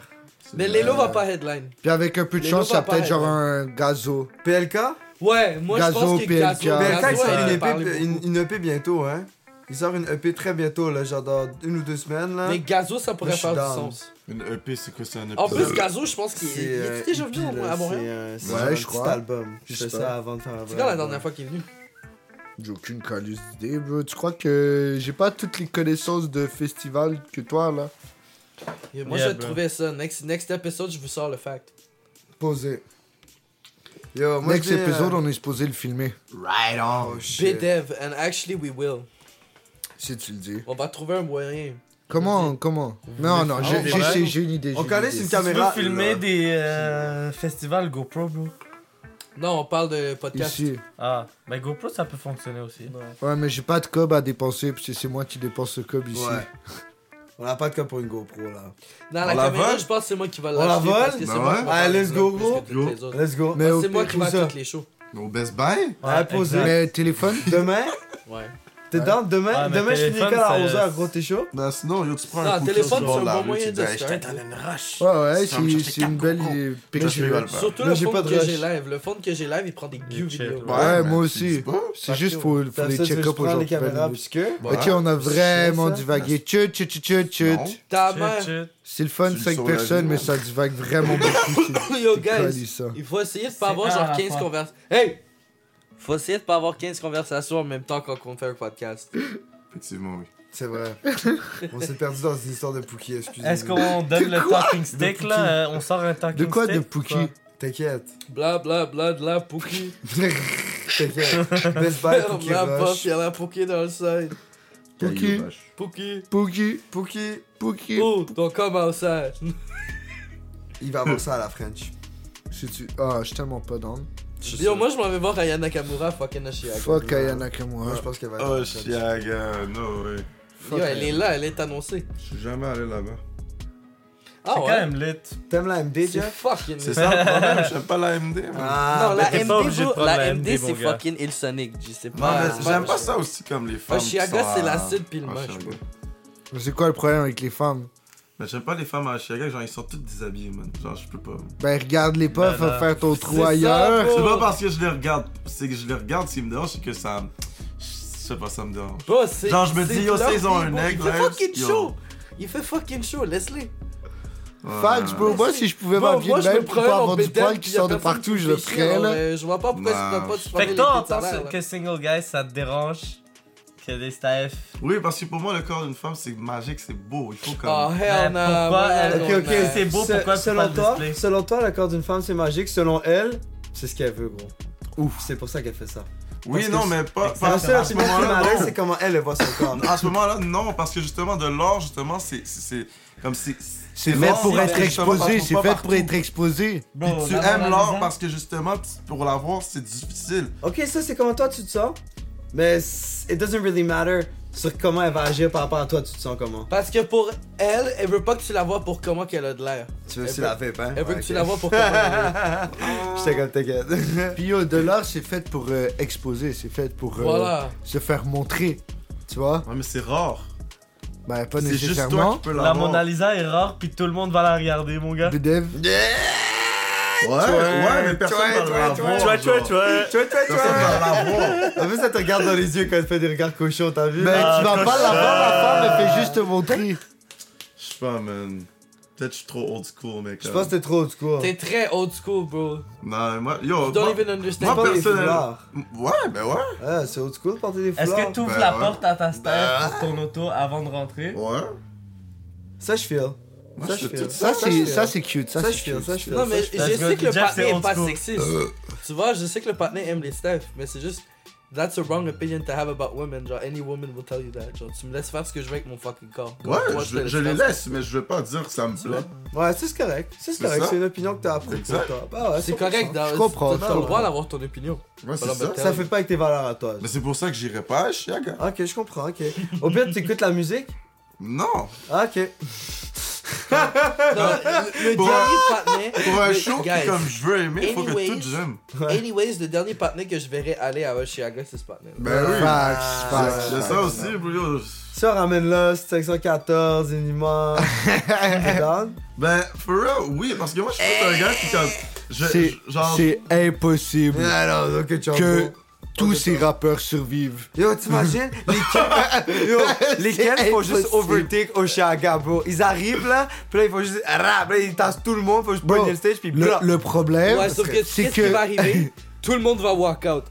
D: Mais Lelo va pas headline.
B: Puis avec un peu de
D: Les
B: chance, il y a
D: Lopins,
B: peut-être genre
D: ouais.
B: un gazo.
C: PLK
D: Ouais, moi je
B: Gazo,
D: pense que Gazo.
B: PLK. Ah,
C: PLK, il
D: Gazo, euh,
C: sort
D: elle
C: une
D: a parlé
C: EP, une,
D: beaucoup.
C: une EP bientôt, hein. Il sort une EP très bientôt, là, genre dans une ou deux semaines, là.
D: Mais Gazo, ça pourrait
C: Moi, je
D: faire
C: suis
D: du
C: down.
D: sens.
E: Une EP, c'est quoi, c'est un EP
D: En plus, Gazo, je pense qu'il
C: C'est,
D: il
C: euh,
D: est déjà venu
C: hippie, là,
D: à Montréal.
C: c'est, euh, C'est
B: Ouais,
C: un
B: je
C: petit
B: crois.
C: album. Je
B: Je
C: fais
B: sais
C: ça avant de faire un
D: C'est
C: vrai
D: quand la
C: album.
D: dernière fois qu'il est venu
B: J'ai aucune calice d'idée, bro. Tu crois que j'ai pas toutes les connaissances de festival que toi, là
D: Et Moi
F: Yeah,
D: je
F: bro.
D: trouvais ça. Next, next episode, je vous sors le fact.
B: Posé.
C: Yo, moi,
B: Next
C: je dis, euh,
B: épisode, on est supposé le filmer.
E: Right on.
C: Oh, shit.
D: BDev, and actually we will.
B: Si tu le dis.
D: On va trouver un moyen.
B: Comment Comment Non, non, j'ai-
F: on
B: j'ai
F: va-
B: j'ai- j'ai une idée.
C: On
B: j'ai
C: calisse
B: idée.
C: une
F: Si tu veux
C: caméra.
F: filmer
C: là.
F: des euh, festivals GoPro, bro.
D: Non, on parle de podcast.
B: Ici.
F: Ah, ben GoPro, ça peut fonctionner aussi.
B: Ouais, mais j'ai pas de cob à dépenser, parce que c'est moi qui dépense le cob ici.
C: Ouais. On a pas de cas pour une GoPro, là.
D: Non,
E: On
D: la
E: la
D: caméra,
E: vole?
D: je pense que c'est moi qui va
C: On la
D: l'acheter. parce
C: vole?
D: que c'est
E: Ben
D: moi
E: ouais.
D: qui va
C: Allez,
D: faire
C: let's
D: le
C: go,
D: plus
C: gros.
D: que toutes les autres. Ah,
C: Let's go.
B: Mais, au
D: C'est moi
B: pire-
D: qui vais à
C: ça.
D: toutes les shows.
E: Au Best Buy
C: Ouais, posé.
F: exact.
B: mais téléphone
C: Demain,
D: Ouais.
C: t'es down demain?
F: Ah, mais
C: Demain, je finis
F: téléphone,
C: l'école à
F: c'est-
C: 11h, gros, t'es chaud?
E: Non, sinon, yo, tu prends
D: Non,
E: un cookie
D: Ah, téléphone,
E: sur le bord
D: c'est
E: de
D: un
E: la
D: bon
E: rue,
D: moyen
E: tu
D: de
E: dis,
D: se
E: hey, je
D: faire.
E: t'attends une rush.
B: Ouais, ouais,
E: Ça me
B: c'est
E: cherche
B: c'est une
E: quatre
B: belle
E: cocos.
B: euh,
E: Moi, je
B: picture.
E: rigole pas.
D: Surtout
C: Là,
D: le
C: j'ai
D: fond
C: pas de
D: que
C: rush.
D: j'ai live. Le fond que j'ai live, il prend des
F: Il
D: gueux
F: chill.
D: vidéo.
F: Ouais,
B: Ouais,
E: mais
B: moi
E: tu dis
B: aussi.
E: pas.
B: C'est juste
C: que-
B: faut, faut
C: T'as
B: les
C: ça, tu veux que je
B: check-up
C: prends les
B: aujourd'hui.
C: caméras, puisque...
B: Ok, on a vraiment
C: ça.
B: divagué. Tchut, tchut, tchut, tchut, tchut.
E: Non.
D: Ta
F: Chut,
D: mère.
F: chut.
B: C'est le fun,
E: Tu le
B: 5
E: sauves la
B: personnes,
E: vie,
B: mais
E: man.
B: ça divague vraiment beaucoup. c'est-
D: Yo,
B: c'est
D: guys.
B: collé, ça.
D: Il faut essayer de
F: C'est
D: pas avoir
F: un
D: genre
F: à
D: 15
F: la fois.
D: conversations. Hey! Faut essayer de pas avoir 15 conversations en même temps quand on fait un podcast.
E: Effectivement, oui.
C: C'est vrai. On s'est perdu dans une histoire de Pookie, excusez-moi.
F: Est-ce qu'on donne le talking stick là euh, On sort un talking
B: De
F: stick
B: quoi de
F: ou
B: Pookie
D: Ah
C: T'inquiète,
D: Bla bla bla de la Pookie.
C: t'inquiète. Best Buy, Pookie
D: Bla bla,
C: Rush.
D: y'a la Pookie dans le side.
B: Pookie,
D: Pookie.
B: Pookie,
C: Pookie,
B: Pookie.
D: Oh, donc comment ça?
C: il va avancer à la French.
B: Si tu- Ah, je suis tellement pas down.
D: Yo, moi je m'en vais voir Aya Nakamura fucking Ashiaga.
B: Fuck Aya
C: Moi,
B: Nakamura.
C: je pense qu'elle va être à
E: Oh,
C: la French.
E: Chiaga, no way.
D: Yo, elle est là, elle est annoncée.
E: Je suis jamais allé là-bas.
F: C'est
D: Ah
F: quand
D: ouais?
F: même lit.
C: T'aimes la MD,
D: C'est
C: Jeff?
D: fucking.
E: C'est ça le problème, j'aime pas l'AMD.
D: Non,
C: Ah,
F: ben,
D: la
F: t'es
D: MD,
F: pas obligé de
D: bro,
F: prendre
D: la
F: la
D: MD,
F: MD,
D: c'est
F: mon gars.
D: fucking Il Sonic, je sais
E: Non,
D: pas.
E: mais j'aime pas ça aussi comme les femmes. qui
D: Chiaga,
E: sont
D: c'est
E: à-
D: l'acide puis le
E: à
D: moche,
E: Chiaga.
D: bro.
B: C'est quoi le problème avec les femmes
E: Mais j'aime pas les femmes à Chiaga, genre ils sont toutes déshabillées, man. Genre je peux pas.
C: Oh.
B: Ben regarde-les pas,
F: Ben
B: faut
F: là,
B: faire ton
D: c'est
B: trou
D: ça,
B: ailleurs.
D: bro.
E: C'est pas parce que je les regarde, c'est que je les regarde, ce qui me dérange, c'est que ça. Je sais pas, ça me dérange.
D: Bro, c'est.
E: Genre, je me
D: c'est
E: dis, yo,
D: leur
E: ça, ils ont
D: vie,
E: un
D: bro.
E: egg,
D: Il
E: là,
D: fait fucking
E: yo.
D: chaud! Il fait fucking chaud, laisse-les!
E: Ouais.
B: Fax, bro, moi si je pouvais
D: Bon,
B: m'habiller de
D: je me
B: même pour
D: promène
B: pas
D: en
B: avoir du
D: bédaine,
B: poil qui
D: puis y a
B: sort de
D: personne
B: partout,
D: qui
B: je le
D: fait chier,
B: ferais
D: alors,
B: là.
D: euh, je vois pas pourquoi tu dois
E: Bah.
D: pas te
F: Fait
D: parler
F: que
D: les
F: toi, en
D: têtes à
F: tant
D: l'air, là.
F: que single guy, ça te dérange que les staffs.
E: Oui, parce que pour moi, le corps d'une femme, c'est magique, c'est beau. Il faut comme.
C: Ah.
D: Oh hell
F: Ben,
D: no!
F: pourquoi
D: moi,
F: elle- euh,
D: non,
C: Ok, ok,
D: man.
F: c'est beau,
C: Se-
F: pourquoi tu
C: selon
F: parles de
C: toi,
F: display?
C: selon toi, le corps d'une femme c'est magique. Selon elle, c'est ce qu'elle veut, gros.
B: Ouf.
C: C'est pour ça qu'elle fait ça.
E: oui,
C: parce
E: non,
C: que
E: mais pas.
C: La
E: pas-
C: seule
E: à ce
C: affaire qui
E: moment-là,
C: m'arrête,
E: non.
C: c'est comment elle elle voit son corps.
E: À ce moment-là, non, parce que justement, de l'or, justement, c'est. c'est- c'est Comme c'est.
B: C'est
E: rare,
B: fait pour
E: parce
B: être
E: que justement,
B: exposé,
E: ça se
B: c'est
E: trouve pas
B: fait pour être exposé.
E: Puis tu aimes l'or parce que justement, tu- pour l'avoir, c'est difficile.
C: Ok, ça c'est comment toi tu te sens. Mais c- it doesn't really matter. sur comment elle va agir par rapport à toi, tu te sens comment
D: Parce que pour elle, elle veut pas que tu la vois pour comment qu'elle a de l'air.
C: Tu veux
D: Elle
C: que tu
D: veut-
C: la vipes, hein
D: Elle veut
C: Ouais,
D: que tu
C: ok.
D: la vois pour comment elle a de l'air.
C: J'étais comme t'inquiète.
B: Puis au dollar, c'est fait pour euh, exposer, c'est fait pour euh,
D: Voilà.
B: se faire montrer. Tu vois?
E: Ouais, mais c'est rare.
B: Ben, pas
E: C'est juste toi
B: nécessairement.
E: qui peux
F: La
E: l'avoir.
F: Mona Lisa est rare, puis tout le monde va la regarder, mon gars.
B: Bedev.
E: Ouais, ouais, mais personne
C: toi,
E: va
C: toi,
E: l'avoir.
C: toi,
F: Tu vois, tu vois,
E: genre.
F: tu vois.
C: Tu vois, toi,
E: Personne va l'avoir.
C: En plus, elle te regarde dans les yeux quand elle fait des regards cochons, t'as vu
B: Ben,
F: Ah,
B: tu vas
F: cochon.
B: pas l'avoir, la femme, elle fait juste te montrer.
E: Je sais pas, man. Peut-être que je suis trop old school, mec.
C: Je pense que t'es trop du coup.
D: T'es très old school, bro.
E: Non, mais moi. Yo,
D: You don't
E: moi-
D: even
E: moi,
D: understand.
C: pas les
E: personnellement-
C: foulards.
E: Ouais, ben ouais.
C: Ah, c'est old school de porter des
F: Est-ce
C: foulards.
F: que tu ouvres
E: Ben
F: la
E: ouais.
F: porte à ta
E: Ben
F: stère pour ton auto avant de rentrer
E: Ouais.
C: Ça, je feel.
E: Moi,
C: Ça,
E: je
C: je
E: fais
C: fais.
E: tout ça.
B: Ça,
C: Ça,
B: c'est,
C: c'est-
B: ça, c'est cute. Ça,
C: Ça,
B: c'est
C: je feel,
B: cute.
C: ça, je feel.
D: Non, mais
F: Parce
D: je
F: que
D: sais que le
F: Jeff,
D: patin
F: c'est
D: est
F: old
D: pas
F: school.
D: sexiste.
E: Euh.
D: Tu vois, je sais que le patin aime les Steph, mais c'est juste. That's a wrong opinion to have about women. Genre, any woman will tell you that. Genre, tu me laisses faire ce que je veux avec mon fucking corps.
E: Ouais,
D: Moi,
E: je,
D: te
E: je les
D: faire
E: laisse, mais je veux pas dire que ça me plaît.
C: Ouais, ça, c'est correct. Ça,
E: C'est
C: C'est correct.
E: ça.
C: C'est une opinion que t'as appris pour
E: Exact.
C: toi. Bah ouais,
D: C'est
C: 100%.
D: correct,
B: Je
D: dans-
B: comprends,
D: t'as
B: je
D: le
C: comprends.
D: droit d'avoir ton opinion.
E: Ouais, c'est
D: Voilà,
E: ça.
D: ben,
C: Ça fait pas avec tes valeurs à toi.
E: Mais c'est pour ça que j'irai pas à Chiaga.
C: Ok, je comprends, ok. Au pire, tu écoutes la musique
E: Non.
C: Ah, ok.
D: Non, le, le
E: Pour
D: dernier patin.
E: Pour un
D: le-
E: show qui est
D: guys,
E: comme je veux aimer, il faut que
D: Anyways.
E: tout j'aime.
D: Anyways, le dernier partenaire que je verrais aller à Oshiaga, c'est ce partenaire.
B: Bah
E: Ben oui.
B: Facts, facts,
E: C'est ça
B: facts.
E: aussi, bro.
C: Ça, ramène-la, 514, Inima. T'es down
E: Ben, for real, oui, parce que moi, je suis pas un gars qui, comme. Je,
B: C'est,
E: je- genre.
B: c'est impossible
C: Alors, ok, tu en
B: que
C: gros.
B: tous
C: Ok,
B: ces rappeurs survivent.
C: Yo, t'imagines Les Kens, yo, les
B: C'est
C: Kens font juste
B: impossible.
C: overtake Oshaga, bro. Ils arrivent là, puis là, ils font juste. rap, là, ils tassent tout le monde, faut juste
B: Bro,
C: pogner le stage, puis
B: Le,
C: blah.
B: le problème,
D: Ouais, sauf que
B: c'est
D: qu'est-ce
B: que...
D: qui va arriver Tout le monde va walk out.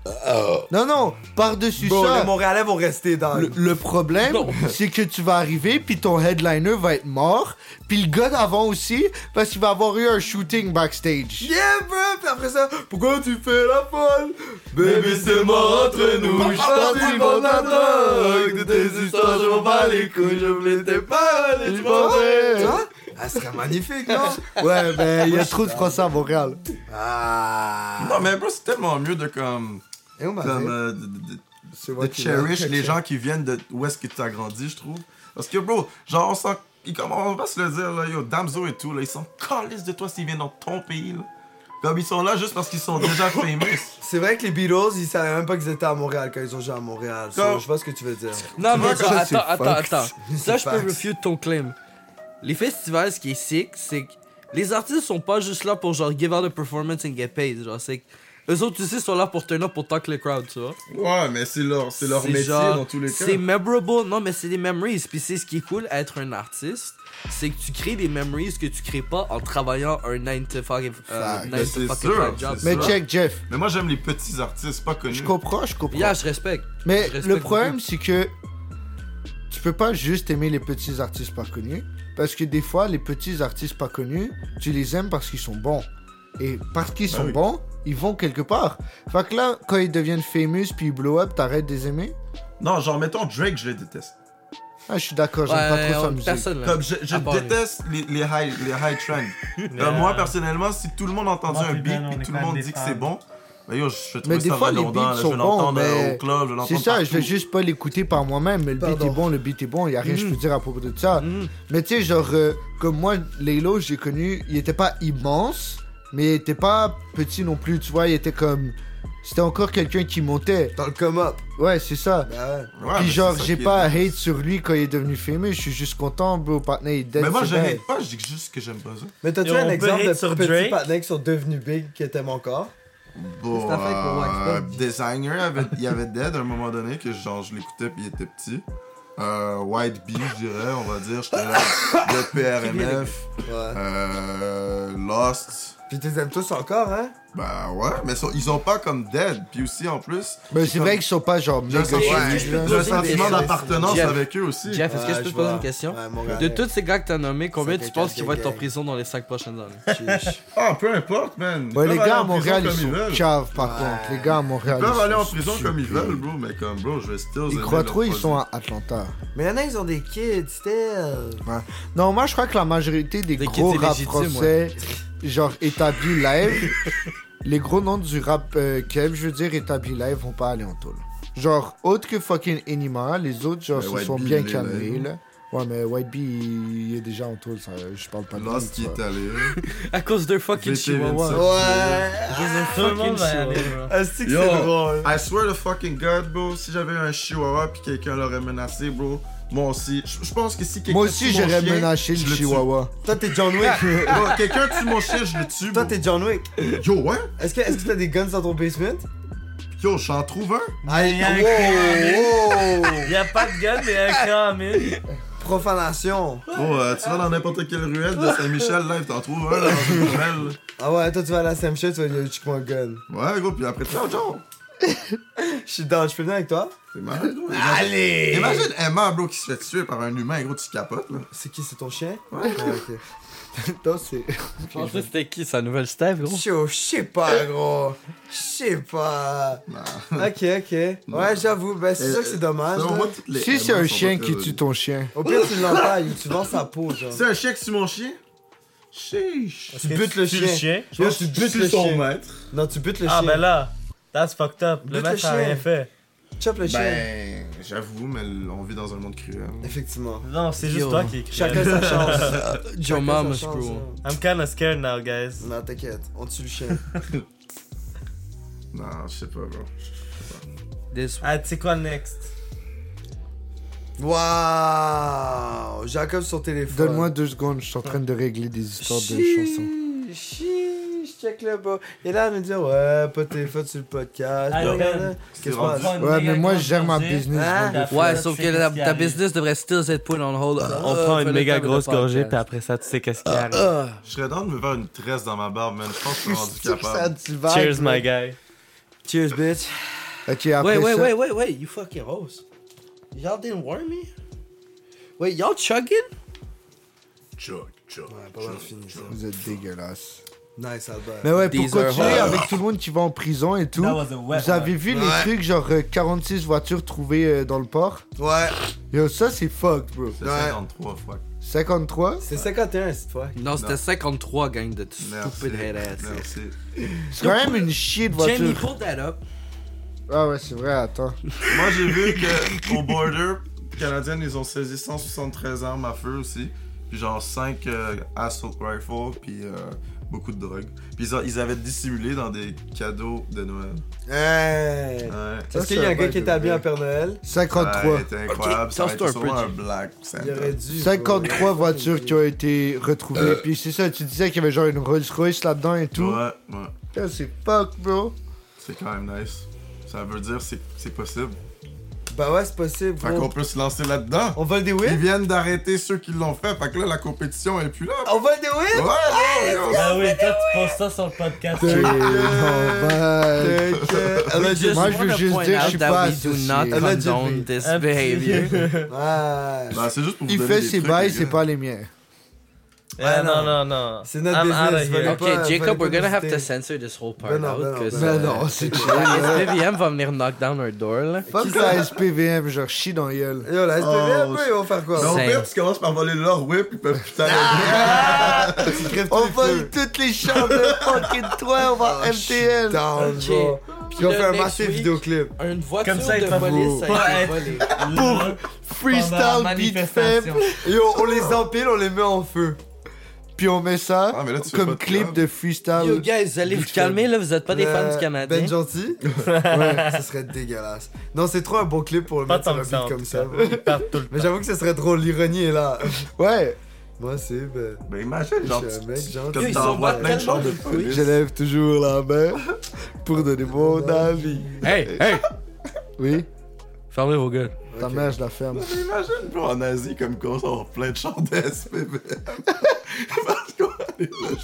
B: Non, non, par-dessus
C: Bro,
B: ça,
C: les Montréalais vont rester dans.
B: le, le problème,
D: Non.
B: c'est que tu vas arriver, puis ton headliner va être mort, puis le gars d'avant aussi, parce qu'il va avoir eu un shooting backstage.
C: Yeah, bro! Puis après ça, pourquoi tu fais la folle?
E: Baby, c'est mort entre nous. Je pense qu'ils vont t'attendre. De tes histoires, je m'en bats les couilles. Je voulais tes paroles et tu m'en
B: Ouais.
E: vais.
C: Ah, ce serait magnifique, non?
B: Ouais, ben, il y a trop de Français à Montréal.
C: Ah!
E: Non, mais bro, c'est tellement mieux de comme.
C: Et où ma
E: comme
C: vie?
E: euh, de- de- de-
C: C'est
E: de cherish les gens qui viennent de où est-ce que tu as grandi, je trouve. Parce que, bro, genre, on s'en. ils- comme- on va se le dire, là, yo, Damso et tout, là, ils sont calistes de toi s'ils viennent dans ton pays, là. Comme ils sont là juste parce qu'ils sont déjà famous.
C: C'est vrai que les Beatles, ils savaient même pas qu'ils étaient à Montréal quand ils ont joué à Montréal. So,
E: Comme-
C: je vois ce que tu veux dire.
D: Non, mais
B: vois,
D: attends,
B: ça, c'est
D: attends, attends,
B: facts.
D: attends. Ça, je
C: C'est
D: peux
C: facts.
D: refute ton claim. Les festivals, ce qui est sick, c'est que les artistes sont pas juste là pour genre give out a performance and get paid. Genre, c'est que eux autres aussi sont là pour turn up pour talk le crowd, tu vois.
E: Ouais, mais c'est leur, c'est leur
D: C'est
E: métier
D: genre-
E: dans tous les cas.
D: C'est memorable, non, mais c'est des memories. Puis c'est ce qui est cool à être un artiste, c'est que tu crées des memories que tu crées pas en travaillant un 9 to 5
E: Fact.
D: nine to
E: Ben, C'est
D: fucking
E: sûr,
D: five job.
E: c'est
B: Mais
E: sûr.
B: check, Jeff,
E: Mais moi, j'aime les petits artistes pas connus.
B: je comprends, je comprends.
D: Yeah, je respecte.
B: Mais
D: Je respecte
B: le problème, c'est que tu peux pas juste aimer les petits artistes pas connus, parce que des fois, les petits artistes pas connus, tu les aimes parce qu'ils sont bons. Et parce
D: Bah
B: qu'ils sont
E: oui.
B: bons, ils vont quelque part. Fait que là, quand ils deviennent famous puis ils blow up, t'arrêtes de les aimer
E: Non, genre, mettons Drake, je le déteste.
B: Ah, je suis d'accord, j'aime pas
D: Ouais,
B: trop sa
D: on-
B: musique.
D: personne là.
E: Comme je, je
D: À part lui.
E: déteste les, les high, les high trends. Euh,
F: Mais,
E: moi,
F: euh,
E: personnellement, si tout le monde a entendu
F: moi,
E: un
F: puis
E: beat
F: Ben, on
E: puis
F: est
E: tout
F: quand
E: le monde
F: même
E: dit
F: des
E: que c'est
F: fans.
E: bon, ben yo, je vais
B: Mais
E: trouver
B: des
E: ça
B: fois, les
E: redondant.
B: beats
E: là, je
B: sont
E: vais
B: bons,
E: l'entendre euh,
B: mais
E: au club, je vais
B: C'est
E: l'entendre
B: ça, je vais
E: partout.
B: juste pas l'écouter par moi-même. Le beat
C: Pardon.
B: est bon, le beat est bon, y a rien que je
D: Mhm.
B: peux dire à propos de ça.
E: Mm.
D: Mhm.
B: Mais tu sais, genre, euh, comme moi, Laylo, j'ai connu, il était pas immense, mais il était pas petit non plus, tu vois, il était comme. C'était encore quelqu'un qui montait.
C: Dans le come-up.
B: Ouais, c'est ça.
C: Bah ouais.
E: Ouais, mais
B: Puis
E: c'est
B: genre,
E: ça
B: j'ai
E: qui est
B: pas à
E: nice.
B: hate sur lui quand il est devenu fameux, je suis juste content, bro, partner, il dead.
E: Mais moi,
B: c'est
E: je
B: bien.
E: hate pas, je dis que juste que j'aime pas ça.
C: Mais t'as-tu
F: Et on
C: un
F: peut
C: exemple de
F: hate sur
C: petits
F: Drake?
C: patinets qui sont devenus big que t'aimes encore?
E: Bon,
D: ta fête, mon wax,
E: euh,
D: pas de-
E: Designer, avait- il y avait Dead à un moment donné que genre je l'écoutais puis il était petit. Euh, White Bee, je dirais, on va dire. J'étais là. Le PRMF.
C: Ouais.
E: Euh, Lost.
C: Puis t'es aimes tous encore, hein?
E: Bah ouais, mais so- ils ont pas comme Dead. Puis aussi, en plus,
B: Mais Ben, c'est vrai qu'ils sont pas genre
E: j'ai un,
B: méga
E: sentiment-
D: ouais,
B: connus, là.
D: je
E: j'ai un
D: poser une
E: sentiment
D: question.
E: d'appartenance
D: Jeff.
E: avec eux aussi.
D: Jeff, est-ce que
C: Ouais,
D: je peux
C: je
D: te poser
C: vois.
D: une question
C: Ouais, mon gars.
D: De tous ces gars que t'as nommés, combien
C: C'est
D: tu penses qu'ils vont être en
C: quelqu'un.
D: prison dans les 5 prochaines années
C: Chiche.
E: Ah, peu importe, man. Ils
B: Ouais, les
E: peuvent aller
B: gars à
E: en prison
B: Montréal,
E: comme
B: ils sont
E: veulent.
B: caves, par
C: Ouais.
B: contre. Les gars à Montréal.
E: Ils peuvent aller en
B: sont
E: prison comme ils
B: stupides.
E: veulent, bro, mais comme, bro, je vais still.
B: Ils
E: aimer
B: croient
E: leur
B: trop, ils
E: produit.
B: sont à Atlanta.
C: Mais y'en a, ils ont des kids, still.
B: Non, moi, je crois que la majorité des
D: Des
B: gros
D: kids
B: rap
D: illégitimes,
B: français, genre établis live, les gros noms du rap euh, Keb, je veux dire, établis live, vont pas aller en taule. Genre, autre que fucking Enima, les autres, genre,
E: Mais
B: se
E: White
B: sont
E: Bee,
B: bien
E: il est là,
B: calmés,
E: il est
B: là. Ouais, mais White Bee, il est déjà en taule, ça, je parle pas de lui,
E: Lost qui
B: tu
E: est
B: vois.
E: allé.
D: À cause de fucking
E: VT,
D: Chihuahua.
E: 27.
F: Ah, Tout le monde va y
D: chihuahua.
F: aller, bro.
C: Asti que
E: Yo.
C: Ah, c'est drôle.
E: I swear to fucking God, bro, si j'avais un chihuahua puis quelqu'un l'aurait menacé, bro, moi aussi, je je pense que si quelqu'un
B: Moi aussi,
E: tue mon
B: j'aurais
E: chien,
B: menacé
E: je
B: le
E: le tue.
B: chihuahua.
C: Toi, t'es John Wick.
E: Bro, quelqu'un tue mon chien, je le tue,
C: Toi,
E: bro.
C: t'es John Wick.
E: Yo, ouais?
C: Est-ce que est-ce que t'as des guns dans ton basement?
E: Yo, j'en trouve un?
C: Aïe,
F: y a un
C: wow, wow.
F: Il y a pas de gun, mais il y a un cran en mille.
C: Profanation.
E: Bro, euh, tu vas dans n'importe quelle ruelle de Saint-Michel, là, t'en trouves un, là, dans une ruelle.
C: Ah ouais, toi, tu vas à la Sam Shit, tu vas dire, check mon gun.
E: Ouais, gros, puis après, tu genre,
C: Je suis down, je peux venir avec toi?
E: c'est malade, gros. Allez! Imagine Emma, bro, qui se fait tuer par un humain, gros, tu capotes, là.
C: C'est qui, c'est ton chien?
E: Ouais.
C: Ah, ok.
B: Non, c'est-
D: Je pensais que c'était qui sa nouvelle Steph, gros?
C: Yo, je sais pas, gros. Je sais pas.
E: Nah.
C: Ok, ok. Ouais, j'avoue, ben c'est
E: Euh,
C: sûr que c'est dommage.
E: Selon
C: là.
E: moi, toutes les
B: Si c'est
E: Emma
B: un
E: sont
B: chien
E: pas
B: qui
E: très
B: tue
E: bonnes.
B: ton chien.
C: Au pire, tu l'entailles ou tu vends sa peau, genre.
E: C'est un chien qui tue mon chien? Chiche.
C: Tu butes le
F: Tu le
C: chien.
F: chien.
C: Yo, tu butes le
E: son
C: chien.
E: maître.
C: Non, tu butes le
F: Ah, ben
C: chien.
F: là, that's fucked up.
C: Bute
F: Le
C: le
F: match a
C: chien.
F: rien fait.
C: Chop le chien.
E: Ben, j'avoue, mais on vit dans un monde cruel.
C: Effectivement.
F: Non, c'est
D: Yo.
F: juste toi qui écris.
C: Chacun sa chance.
D: Joe
C: Chacun
D: Mamas,
C: sa chance,
D: bro.
C: hein.
F: I'm kinda scared now, guys.
C: Non, t'inquiète, on tue le chien.
E: Non, je sais pas, bro.
D: This
F: Ah, tu sais quoi, next?
C: Waouh! Jacob sur téléphone.
B: Donne-moi deux secondes, je suis en train de régler des histoires de chansons.
C: Chiche, chiche, check le bas. Et là, elle me dit, ouais, pas de téléphone sur le podcast.
F: Allô,
C: blablabla.
F: Ben.
C: Qu'est-ce qui se passe?
B: Ouais, mais moi, je gère ma business.
F: Ah,
C: Hein?
B: donc-
D: Ouais, sauf que la- ta business euh, devrait still être put on hold.
F: On prend une méga grosse gorgée, puis après ça, tu sais qu'est-ce qu'il y
D: Ah,
F: a.
E: Je serais dans de me faire une tresse dans ma barbe, man. Je pense que je suis rendu capable.
F: Cheers, my guy.
C: Cheers, bitch.
B: Ok,
D: Wait,
B: après
D: wait,
B: ça.
D: wait, wait, wait, you fucking host. Y'all didn't warn me? Wait, y'all chugging?
E: Chug, chug.
C: Ouais, pas mal fini, ça.
B: Vous êtes dégueulasse.
C: Nice, Albert.
B: Mais ouais, pour
D: These are
B: continuer
D: hot.
B: avec tout le monde qui va en prison et tout,
F: That was a wet
B: vous avez vu les
C: Ouais.
B: trucs genre euh, 46 voitures trouvées euh, dans le port
C: Ouais,
B: Yo, ça c'est fucked, bro.
E: C'est
C: Ouais.
E: 53, fuck.
B: 53
C: c'est 51 cette fois.
D: Non, c'était
E: Non.
D: 53 gang de
E: Merci.
D: stupid head ass.
E: Merci.
B: C'est quand même une shit
D: Jamie,
B: voiture.
D: pull that up.
B: Ah ouais, c'est vrai, attends.
E: Moi, j'ai vu que au border canadien, ils ont saisi 173 armes à feu aussi. Puis genre 5 assault rifles, puis euh, beaucoup de drogue. Puis ils, ont- ils avaient dissimulé dans des cadeaux de Noël.
C: Hey.
E: Ouais.
C: Est-ce qu'il y a
B: c'est
C: un
B: un
C: gars qui
B: vibe
C: est
B: de
C: habillé en
B: vrai.
C: Père Noël?
E: Ouais,
B: 53.
E: C'était incroyable. ça aurait
D: tell
E: été
D: story,
E: sûrement un
D: Bridget.
E: black
C: Il
E: Santa.
C: aurait dû. bro.
B: 53 voitures qui ont été retrouvées. Puis c'est ça, tu disais qu'il y avait genre une Rolls Royce là-dedans et tout.
E: Ouais, ouais.
B: Yo, C'est fucked, bro.
E: C'est quand même nice. Ça veut dire c'est c'est possible.
C: Bah ouais, c'est possible.
E: Fait
B: Oh.
C: Gros.
E: qu'on peut se lancer là-dedans.
C: On vole des
E: Ils
C: whips?
E: viennent d'arrêter ceux qui l'ont fait. Fait que là, la compétition, elle est plus là.
B: Oh,
C: On vole des
E: Ouais,
C: whips?
E: ouais, ouais.
F: Ah oui, toi, tu penses ça sur le podcast.
B: Et on va-
C: T'inquiète.
D: I
C: Allegedly.
D: just
B: Moi, je veux
D: wanna
B: juste
D: point
B: dire que
D: out
B: je suis
D: that
B: pas
D: we do
B: associé.
D: not
C: Allegedly.
D: condone this
F: Un petit-
D: behavior.
C: Ouais.
E: Bah, c'est juste pour vous
B: Il
E: donner
B: fait
E: des
B: ses
E: trucs,
B: bails,
E: les
B: c'est
E: gars.
B: pas les miens.
F: Ah non, non, non.
C: C'est notre
F: I'm
C: business,
F: outta here.
C: vas-y.
D: Okay,
C: pas- fallait
D: Jacob,
C: pas
D: we're gonna have to
C: visiter.
D: censor this whole part
C: Ben non, ben
D: out.
C: non,
D: cause,
C: ben
B: Mais
D: uh,
B: non, c'est chill.
D: Les SPVM va venir knock down our door, là.
B: Fuck la SPVM, genre chie dans la gueule.
C: Yo, la SPV,
E: Oh,
C: un peu, ils vont faire
E: Mais au
C: quoi?
D: Same.
E: pire, tu commences par voler leur whip, ils peuvent putain.
C: Ah!
B: On vole toutes les chambres de fucking toi, on va MTL.
C: Ah, Down,
D: Ok.
C: bro.
D: Puis
C: Ils vont
D: le
C: faire un
D: next
C: massive
D: week,
C: vidéoclip.
D: Une voiture
F: Comme ça, il
D: de
F: va
D: police a
F: pas
D: été volée.
F: Pour
B: Freestyle beat faible.
C: Yo, on les empile, on les met en feu.
B: Puis on met ça
E: Ah, mais là, tu fais pas
B: comme
E: de
B: clip
E: club.
B: de
D: Yo,
B: freestyle.
D: guys, vous allez vous calmer, là, vous êtes pas des fans
C: Ah Euh,
D: du Canadien.
C: Ben Gentil Ouais, ce serait dégueulasse. Non, c'est trop un bon clip pour le
F: Pas
C: mettre sur
F: tant
C: un
F: que ça.
C: beat comme ça. bro.
F: Partout
C: Mais j'avoue que ce serait drôle, l'ironie est là.
B: Ouais,
C: Moi, c'est. Ben,
E: Mais imagine, genre,
C: je suis un mec
E: comme
D: Yo,
C: gentil.
D: ils
E: t'envoies
D: sont pas
E: plein de
D: tellement
E: chambres de
D: de
E: police.
D: police.
B: j'élève toujours la main pour donner mon avis.
D: Hey, hey!
B: Oui,
D: Fermez vos gueules.
B: ta
C: Ok.
B: mère, je la ferme.
E: Mais imagine, bro, en Asie, comme quoi, ça va plein de chambres de SPVM. Parce qu'on est là,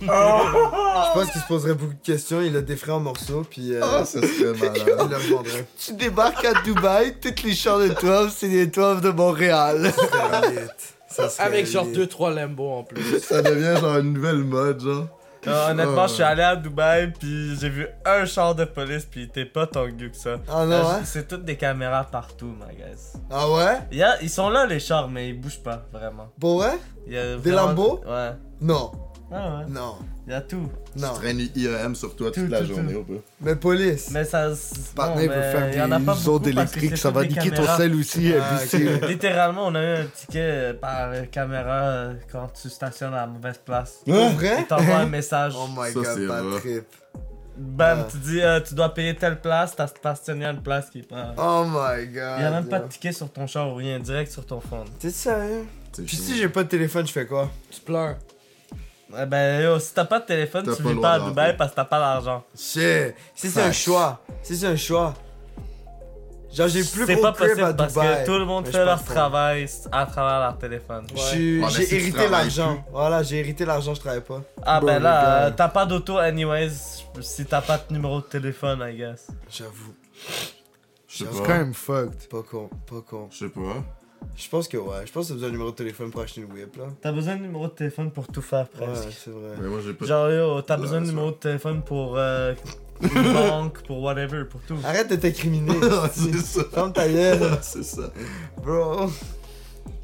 C: Je pense qu'il se poserait beaucoup de questions, il le déferait en morceaux, puis. euh,
E: Ah, ça serait
C: il
E: malade.
C: le revendrait.
B: Tu débarques à Dubaï, toutes les chambres de toi, c'est les toits de Montréal.
C: Ça serait lit. Ça serait
D: Avec genre
C: lit.
D: 2-3 Lambo en plus.
E: Ça devient genre une nouvelle mode, genre.
F: Non, honnêtement, je suis allé à Dubaï, puis j'ai vu un char de police, puis il était pas tant gueux que ça.
C: Ah non,
F: Euh,
C: hein?
F: C'est toutes des caméras partout, my guys.
C: Ah ouais?
F: Il y a- ils sont là, les chars, mais ils bougent pas, vraiment.
C: Pour vrai?
F: Il y a
C: Des
F: vraiment-
C: Lambo
F: Ouais.
C: Non.
F: Ah ouais.
C: Non,
F: Il y a tout.
C: non.
E: Tu traînes IAM sur toi toute
F: Tout,
E: la
F: tout,
E: journée,
F: tout.
E: ou pas?
C: Mais police.
F: Mais ça. c'est-
B: Partner
F: bon,
B: veut
F: mais il y en
B: faire
F: a pas
B: des
F: beaucoup
B: ondes
F: parce que
B: électriques,
F: c'est
B: ça va
F: toutes des
B: niquer ton
F: caméras.
B: sel aussi.
C: Ah,
B: abusé.
C: ok.
F: Littéralement, on a eu un ticket euh, par caméra euh, quand tu stationnes à la mauvaise place.
C: Pour
E: Hein?
C: vrai?
F: Il t'envoie un message.
C: Oh my
E: Ça,
C: god,
E: c'est
C: pas
E: vrai.
C: trip.
F: Bam,
C: Ah.
F: tu dis euh, tu dois payer telle place, t'as stationné à une place qui est pas.
C: Oh my god.
F: Il y a même pas de
C: yo.
F: ticket sur ton char ou rien, direct sur ton phone.
C: T'es sérieux?
E: C'est
C: Puis
E: chaud.
C: si j'ai pas de téléphone, je fais quoi?
D: Tu pleures.
F: Eh ben yo, si t'as pas de téléphone,
E: T'as
F: tu
E: pas le
F: vis
E: droit
F: pas
E: de
F: à Dubaï
E: rentrer.
F: parce que t'as pas d'argent.
C: Shit. Si c'est un
E: Facts.
C: choix. Si c'est un choix. Genre, j'ai plus
F: C'est
C: gros
F: pas
C: crib à
F: possible parce
C: Dubaï,
F: que tout le monde
C: mais
F: fait
C: je
F: leur
C: pense pas.
F: travail à travers leur téléphone.
C: Je suis-
E: Ouais, mais si
C: J'ai
E: tu
C: hérité
E: travailles
C: l'argent. Voilà, j'ai hérité l'argent, je travaille pas.
F: Ah
C: Bon,
F: ben
C: les
F: là,
C: gars.
F: euh, t'as pas d'auto anyways si t'as pas de numéro de téléphone, I guess.
C: J'avoue.
E: Je sais
B: C'est
E: pas.
B: quand même fucked.
C: Pas con, pas con.
E: Je sais pas.
C: Je pense que ouais, je pense que t'as besoin d'un numéro de téléphone pour acheter une whip là.
F: T'as besoin de numéro de téléphone pour tout faire presque.
C: Ouais, c'est vrai.
E: Mais moi, j'ai pas.
F: Genre yo, t'as
E: Ouais,
F: besoin de
E: c'est
F: numéro de téléphone pour euh, une banque, pour whatever, pour tout.
C: Arrête de t'incriminer.
E: c'est ça.
C: Ferme ta gueule,
E: c'est ça.
C: bro.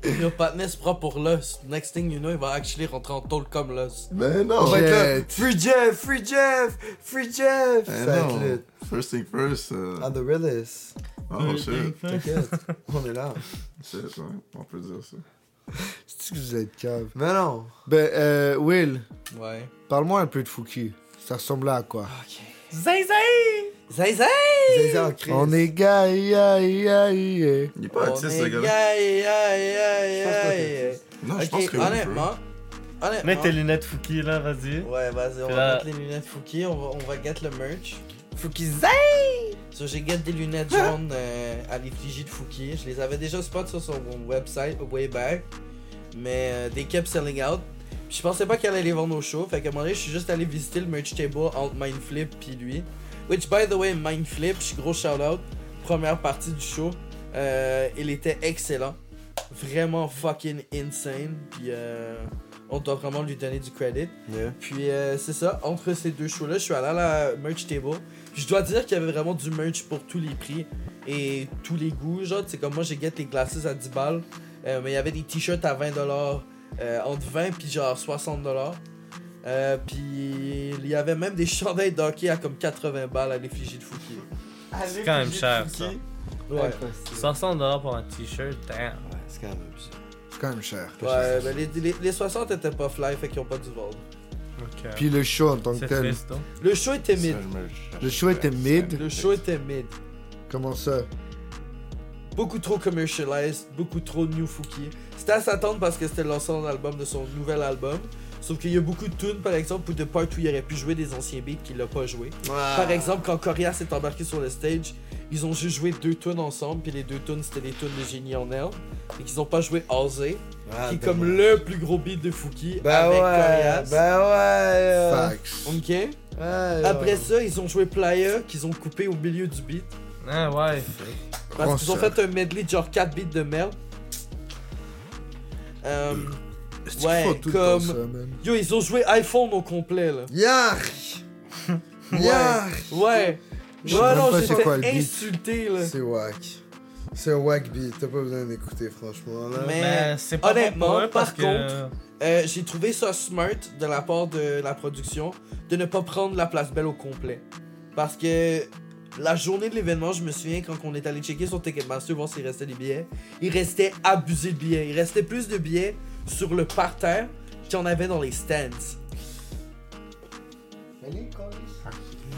D: Yo, Patney se prend pour l'os. Next thing you know, il va actually rentrer en tôle comme l'os.
E: Mais
C: On
E: non.
C: va être là.
B: Jet.
C: Free Jeff, Free Jeff, Free Jeff.
E: Eh
C: Ça va être
E: non.
C: lit.
E: First thing first. euh,
C: On the realest.
E: Oh shit.
C: T'inquiète, on est là.
E: Shit, ouais. On peut dire ça.
B: C'est-tu que vous êtes cave?
C: Mais non.
B: Ben, euh, Will,
D: Ouais.
B: parle-moi un peu de Fouki. Ça ressemblait à quoi?
F: Zay zay!
D: Zay zay!
C: Zaza en crise.
B: On est gars, yeah, yeah, yeah.
E: Il est pas autiste, ce gars-là.
D: Aïe, aïe, aïe,
C: pense pas
D: aïe,
C: que-
D: aïe.
E: Non, je
D: Ok,
E: pense que oui, bro.
D: honnêtement. Honnêtement.
F: Mets tes lunettes Fouki là, vas-y.
D: Ouais, vas-y, on
F: Puis
D: va
F: là-
D: mettre les lunettes Fouki, on va, on va get le merch.
C: Faut qu'ils zappent.
D: So, j'ai get des lunettes jaunes euh, à l'effigie de Fouki. Je les avais déjà spot sur son website way back, mais euh, they kept selling out. Puis je pensais pas qu'elle allait les vendre au show, fait qu'à un moment donné, je suis juste allé visiter le merch table entre Mindflip puis lui. Which, by the way, Mindflip, je suis gros shout out, première partie du show, euh, il était excellent. Vraiment fucking insane, puis euh, on doit vraiment lui donner du credit. Puis euh, c'est ça, entre ces deux shows-là, je suis allé à la merch table. Je dois dire qu'il y avait vraiment du merch pour tous les prix et tous les goûts. Genre, c'est comme moi, j'ai get les glaces à 10 balles, euh, mais il y avait des t-shirts à 20 dollars, euh, entre 20 puis genre 60 dollars. Euh, puis il y avait même des chandails d'hockey à comme 80 balles à l'effigie de Fouki.
F: C'est quand même cher ça.
D: Ouais,
F: 60$ pour un t-shirt, damn.
C: c'est quand même ça.
B: C'est quand même cher.
D: ouais mais les, les- les 60 étaient pas fly, fait qu'ils ont pas dû vendre.
F: Ok.
B: Puis le show en tant que
F: C'est
B: tel.
F: triste, non?
D: Le show était mid.
B: Le show était mid.
D: Le show était mid.
B: Comment ça?
D: beaucoup trop commercialized, beaucoup trop new Fouki. C'était à s'attendre parce que c'était le lancement album de son nouvel album. Sauf qu'il y a beaucoup de tunes, par exemple, pour The Part où il aurait pu jouer des anciens beats qu'il a pas joué.
C: Ah.
D: Par exemple, quand Coria s'est embarqué sur le stage, ils ont juste joué deux tunes ensemble, puis les deux tunes c'était des tunes de Génie en Herbe. Et qu'ils ont pas joué Osé,
C: Ah,
D: qui est comme le plus gros beat de Fouki
C: Bah
D: avec
C: ben ouais,
D: Corias.
C: bah ouais.
B: Facts.
D: Ok.
C: euh. Ouais,
D: Après
C: ouais.
D: ça, ils ont joué Playa, qu'ils ont coupé au milieu du beat.
F: Ah ouais.
D: Parce qu'ils ont
B: Renseur.
D: fait un medley de genre 4 beats de merde. Euh,
B: Est-ce qu'ils
D: Ouais,
B: font tout le temps
D: comme-
B: ça, man?
D: yo, ils ont joué iPhone au complet là.
C: Yark.
D: Ouais.
C: Yark.
D: Ouais.
B: Je sais
D: ouais,
B: même
D: non,
B: pas c'est
D: j'étais
B: quoi le beat.
D: insulté là.
C: C'est whack. C'est un whack beat, t'as pas besoin d'écouter franchement là.
D: Mais-
F: Mais c'est pas bon
D: honnêtement,
F: pour eux parce
D: par
F: que-
D: contre, Euh, J'ai trouvé ça smart de la part de la production de ne pas prendre la place belle au complet. Parce que la journée de l'événement, je me souviens quand on est allé checker sur Ticketmaster voir s'il restait des billets, il restait abusé de billets. Il restait plus de billets sur le parterre qu'il y en avait dans les stands.